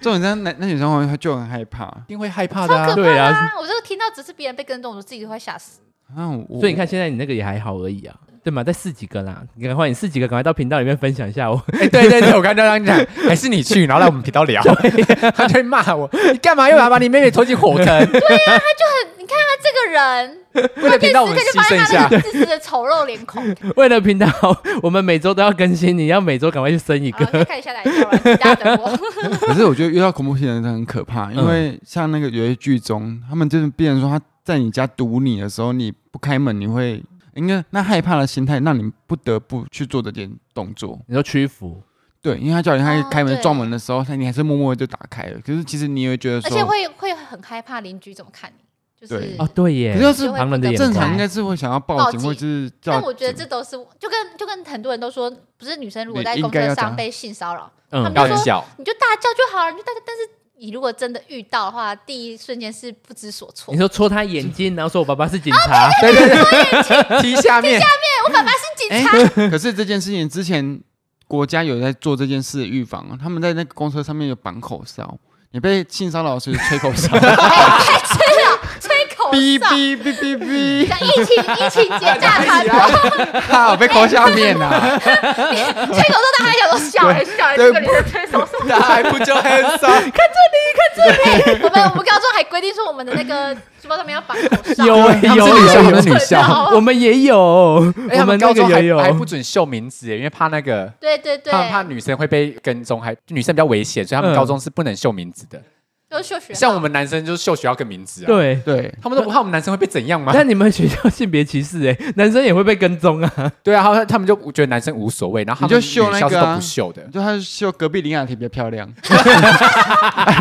Speaker 4: 这种人那那女生会就很害怕。
Speaker 2: 一定会害怕
Speaker 1: 超
Speaker 2: 的
Speaker 1: 可
Speaker 2: 啊。
Speaker 1: 怕
Speaker 3: 对
Speaker 1: 的
Speaker 3: 啊
Speaker 1: 啊！我就听到只是别人被跟踪，我自己都快吓死。 (laughs)
Speaker 4: 啊，我
Speaker 3: 所以你看，现在你那个也还好而已啊，对吗？再试几个啦，赶快你试几个，赶快到频道里面分享一下 (laughs) 哦。
Speaker 2: 哎，对对对，我刚刚让你讲，还是你去，然后来我们频道聊，他就会骂我，你干嘛又把把你妹妹拖进火坑？
Speaker 1: 你看他这个人，
Speaker 2: 为了频道我们
Speaker 1: 第四个就
Speaker 2: 牺
Speaker 1: 发
Speaker 2: 牲
Speaker 1: 现
Speaker 2: 一
Speaker 1: 他。那
Speaker 2: 下
Speaker 1: 个自私的丑陋脸孔，
Speaker 3: 为了频道，我们每周都要更新，你要每周赶快去生一
Speaker 1: 好了，再
Speaker 3: 个。
Speaker 1: 看一下哪一个了，请大家等我。
Speaker 4: 可是我觉得遇到恐怖情人真的很可怕，因为像那个有些剧中，他们就是变成说他在你家堵你的时候，你不开门，你会应该那害怕的心态让你不得不去做这件动作。
Speaker 3: (laughs) 你说屈服，
Speaker 4: 对，因为他叫你他
Speaker 1: 哦
Speaker 4: 开门
Speaker 1: 对
Speaker 4: 撞门的时候，他你还是默默地就打开了。可是其实你也会觉得
Speaker 1: 而且
Speaker 4: 说，
Speaker 1: 会会很害怕邻居怎么看你，就
Speaker 4: 对
Speaker 1: 是
Speaker 3: 哦，对耶，
Speaker 4: 可是要
Speaker 1: 就是会
Speaker 3: 旁人的
Speaker 1: 不得
Speaker 3: 眼
Speaker 1: 不
Speaker 4: 正
Speaker 1: 开
Speaker 4: 常应该是会想要报
Speaker 1: 报
Speaker 4: 警
Speaker 1: 警
Speaker 4: 或者是叫。
Speaker 1: 但我觉得这都是就跟就跟很多人都说，不是女生如果
Speaker 4: 你
Speaker 1: 在
Speaker 4: 应
Speaker 1: 公
Speaker 4: 该
Speaker 1: 车
Speaker 4: 要
Speaker 1: 上
Speaker 4: 打
Speaker 1: 被性骚扰，
Speaker 3: 嗯
Speaker 1: 他，们
Speaker 2: 要很小，
Speaker 1: 你就大叫就好了。你就大叫，但是你如果真的遇到的话，第一瞬间是不知所措。
Speaker 3: 你说戳他眼睛，然后说我爸爸是警
Speaker 1: 啊
Speaker 3: 察，
Speaker 2: 对对对，踢下面，
Speaker 1: 哎我爸爸是警
Speaker 4: 哎
Speaker 1: 察，，
Speaker 4: 可是这件事情之前国家有在做这件事的预防啊，他们在那个公车上面有绑口哨，你被性骚扰是吹口 (laughs) 哨，
Speaker 1: 哎吹口
Speaker 4: 哔
Speaker 1: 哨。
Speaker 4: 哔哔哔哔。
Speaker 1: 像疫情疫情节大喊，
Speaker 4: 哈，我被扣下面了、啊。
Speaker 1: (laughs) 吹口哨大喊，想说小孩小孩这个人吹口哨。
Speaker 2: 那还不就 handsome？
Speaker 1: 我们我们高中还规定说我们的那个书包上面要绑
Speaker 2: (laughs)
Speaker 1: 口哨，
Speaker 3: 有
Speaker 2: 他们是女校，他
Speaker 3: 有
Speaker 2: 们
Speaker 3: 有，
Speaker 2: 是女校。
Speaker 3: (laughs) 我们也有，
Speaker 2: 哎，
Speaker 3: 我
Speaker 2: 他
Speaker 3: 们
Speaker 2: 们
Speaker 3: 那
Speaker 2: 高
Speaker 3: 个
Speaker 2: 中
Speaker 3: 也有
Speaker 2: 还还不准秀名字耶，因为怕那个，
Speaker 1: 对对对，
Speaker 2: 他们怕女生会被跟踪，还女生比较危险，所以他们
Speaker 3: 嗯
Speaker 2: 高中是不能秀名字的。
Speaker 1: 就是秀学
Speaker 2: 像我们男生就是秀学校跟名字啊。，
Speaker 3: 对。
Speaker 4: 对，
Speaker 2: 他们都不怕我们男生会被怎样吗？
Speaker 3: 但你们学校性别歧视哎、 (laughs) 男生也会被跟踪啊！ (laughs)
Speaker 2: 对啊，他们他们就觉得男生无所谓，然后他们
Speaker 4: 你就秀
Speaker 2: 女
Speaker 4: 那
Speaker 2: 校是
Speaker 4: 个
Speaker 2: 都
Speaker 4: 啊
Speaker 2: 不秀的。
Speaker 4: 就他秀隔壁林雅婷比较漂 (laughs) 亮，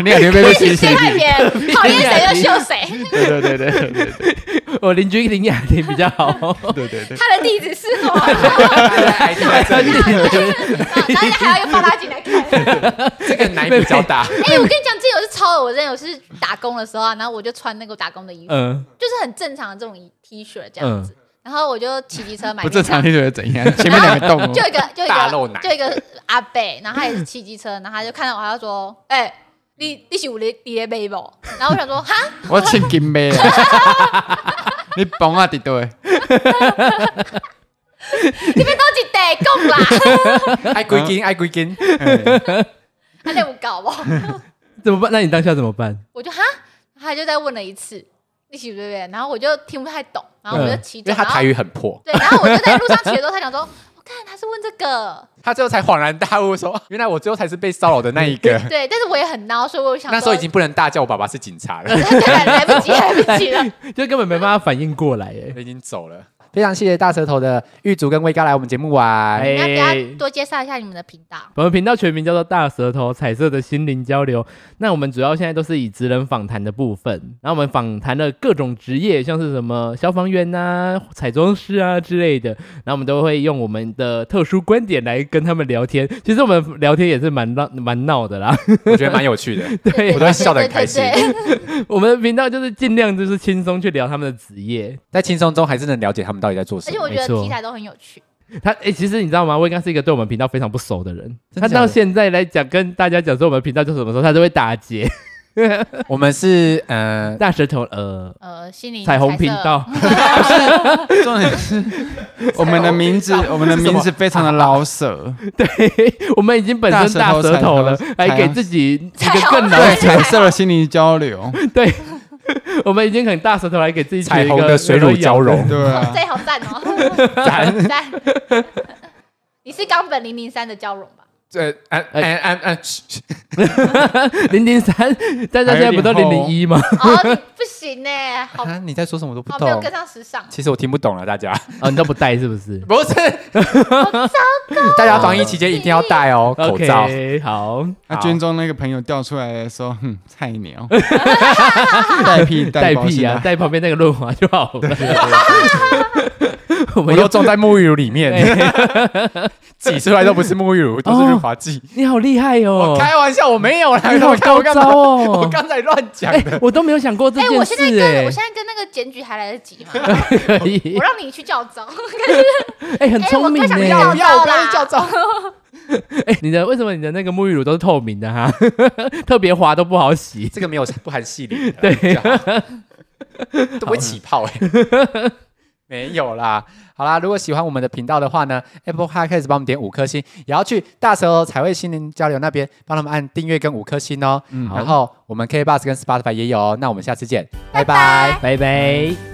Speaker 4: 林雅婷被
Speaker 1: 不
Speaker 4: 被
Speaker 1: 许
Speaker 4: 歧视
Speaker 1: 陷。害别人，讨厌谁就秀谁。
Speaker 4: 对对对对对
Speaker 3: 我邻居林雅婷比较
Speaker 2: (laughs)
Speaker 3: 好，
Speaker 4: 对对对。
Speaker 1: 他的地址是我，
Speaker 2: 哎对这里
Speaker 1: 大家还要放他进来
Speaker 3: (laughs)
Speaker 1: 看。
Speaker 2: 这个难比
Speaker 1: (laughs)
Speaker 2: 较大，
Speaker 1: 哎、我跟你讲，这有是超恶，我之前有是打工的时候啊，然后我就穿那个打工的衣服，
Speaker 3: 嗯，
Speaker 1: 就是很正常的这种衣 T 恤这样子。然后我就骑机车买
Speaker 4: 不
Speaker 1: 便
Speaker 4: 正常，
Speaker 1: 当，
Speaker 4: 你觉得怎样？前面两个洞、
Speaker 1: 就
Speaker 4: 哦，
Speaker 1: 一个就一
Speaker 2: 大肉
Speaker 1: 个
Speaker 2: 奶
Speaker 1: 就一个阿伯，然后他也是骑机车，然后他就看到我，他就说：“哎、你你是我的你的妹不？”然后我想说：“哈，
Speaker 4: 我请金杯啊！你崩啊，对对，
Speaker 1: 你们都是得供啦，
Speaker 2: 爱归根爱归根，
Speaker 1: 他那我搞不好？
Speaker 3: 怎么办？那你当下怎么办？
Speaker 1: 我就哈，他就再问了一次，你喜不喜欢？然后我就听不太懂，然后我就骑
Speaker 2: 因
Speaker 1: 走，
Speaker 2: 为他
Speaker 1: 然后
Speaker 2: 台语很破，
Speaker 1: 对，然后我就在路上骑的时候，他想说，我看他是问这个，
Speaker 2: 他最后才恍然大悟说，原来我最后才是被骚扰的那
Speaker 1: (laughs)
Speaker 2: 一个。
Speaker 1: 对，但是我也很孬，所以我想
Speaker 2: 那时候已经不能大叫我爸爸是警察了，
Speaker 1: 说对来不及，来不及了。
Speaker 3: 就根本没办法反应过来哎、
Speaker 2: 我已经走了。非常谢谢大舌头的玉竹跟威哥来我们节目玩。
Speaker 3: 哎
Speaker 1: 你要不要多介绍一下你们的频道？
Speaker 3: 我们频道全名叫做“大舌头彩色的心灵交流”。那我们主要现在都是以职人访谈的部分，然后我们访谈了各种职业，像是什么消防员呐、彩妆师啊之类的。然后我们都会用我们的特殊观点来跟他们聊天。其实我们聊天也是蛮闹蛮闹的啦，
Speaker 2: 我觉得蛮有趣的，
Speaker 3: 对
Speaker 2: 我都会笑得很开心
Speaker 1: 对。对对对
Speaker 3: 我们的频道就是尽量就是轻松去聊他们的职业。
Speaker 2: 在轻松中还是能了解他们到底在做什
Speaker 1: 而且
Speaker 2: 么。
Speaker 1: 我觉得
Speaker 3: 没错
Speaker 1: 题材都很有趣，
Speaker 3: 他哎、其实你知道吗？威刚是一个对我们频道非常不熟的人，
Speaker 2: 真
Speaker 3: 他
Speaker 2: 的假的
Speaker 3: 到现在来讲跟大家讲说我们频道叫什么时候，他都会打结
Speaker 2: 我们是呃，
Speaker 3: 大舌头呃。
Speaker 1: 呃，心灵
Speaker 3: 彩虹频
Speaker 1: 色哦
Speaker 3: 道，
Speaker 4: 重点是我们的名字，我们的名字非常的老舍，
Speaker 3: (laughs) 我们已经本身大舌头了
Speaker 4: 大舌头彩虹，
Speaker 3: 还给自己一
Speaker 1: 彩
Speaker 3: 个
Speaker 1: 虹
Speaker 3: 更
Speaker 4: 对，
Speaker 3: 难。
Speaker 4: 彩色的心灵交流，
Speaker 3: 对， (laughs) 我们已经很大舌头，还给自己取
Speaker 2: 彩
Speaker 3: 一个
Speaker 2: 虹的水乳交融。
Speaker 3: (laughs)
Speaker 4: 对
Speaker 1: (laughs)
Speaker 4: 啊，
Speaker 1: 这好
Speaker 4: (laughs)
Speaker 1: 赞哦，赞你是冈本零零三的交融吧？
Speaker 2: 呃，安安安安，嘘
Speaker 3: 零零三，大家现在不都
Speaker 2: 还有点
Speaker 3: 零零
Speaker 2: 厚
Speaker 3: 一吗？
Speaker 1: 哦，你不行呢、好
Speaker 2: 啊，你在说什么我都不
Speaker 1: 好没有
Speaker 2: 懂
Speaker 1: 跟。上时尚。
Speaker 2: 其实我听不懂了，大家
Speaker 3: 啊，你都不戴是不是
Speaker 2: 不是，大家防疫期间一定要戴哦， (laughs) 口罩。
Speaker 3: ？OK，好，
Speaker 4: 那
Speaker 2: 好
Speaker 4: 军中那个朋友调出来的时候，哼，菜鸟，带屁
Speaker 3: 带
Speaker 4: 保
Speaker 3: 屁
Speaker 4: 险
Speaker 3: 啊，
Speaker 4: 带
Speaker 3: 带旁边那个润滑就好
Speaker 2: (laughs)
Speaker 3: 了。
Speaker 2: 我
Speaker 3: 我们
Speaker 2: 都
Speaker 3: 又
Speaker 2: 种在沐浴乳里
Speaker 4: (laughs)
Speaker 2: 面，挤出来都不是沐浴乳，都是润滑剂。
Speaker 3: 你好厉害哦
Speaker 2: 我！开玩笑，我没有啦，
Speaker 3: 你好
Speaker 2: 我看我
Speaker 3: 高
Speaker 2: 干
Speaker 3: 招
Speaker 2: 嘛？
Speaker 3: 哦
Speaker 2: 我刚才乱讲
Speaker 3: 哎
Speaker 2: 的。，
Speaker 3: 我都没有想过这
Speaker 1: 哎、
Speaker 3: 件
Speaker 1: 我现在
Speaker 3: 事
Speaker 1: 跟、我
Speaker 3: 哎
Speaker 1: 现在跟那个检举还来得及
Speaker 3: (laughs)
Speaker 1: 吗？
Speaker 3: 可以
Speaker 1: 我，让你去叫招，
Speaker 3: (laughs) 哎，很
Speaker 1: 哎、
Speaker 3: 聪
Speaker 1: 我
Speaker 3: 明
Speaker 1: 更想去
Speaker 3: 哎
Speaker 1: 叫
Speaker 2: 不要
Speaker 1: 招
Speaker 2: 我不要
Speaker 1: 啦，
Speaker 2: 去叫
Speaker 1: 招。
Speaker 3: 哎，你的为什么你的那个沐浴乳都是透明的哈？ (laughs) 特别滑都不好洗。
Speaker 2: 这个没有不含细鳞，
Speaker 3: 对
Speaker 2: 这样， (laughs) 都不会起泡哎、 (laughs) 没有啦，好啦，如果喜欢我们的频道的话呢，Apple Podcast 帮我们点五颗星，也要去大蛇才会心灵交流那边帮他们按订阅跟五颗星哦。
Speaker 3: 好
Speaker 2: 然后我们 K Bus 跟 Spotify 也有哦。那我们下次见，拜拜
Speaker 1: 拜
Speaker 3: 拜拜。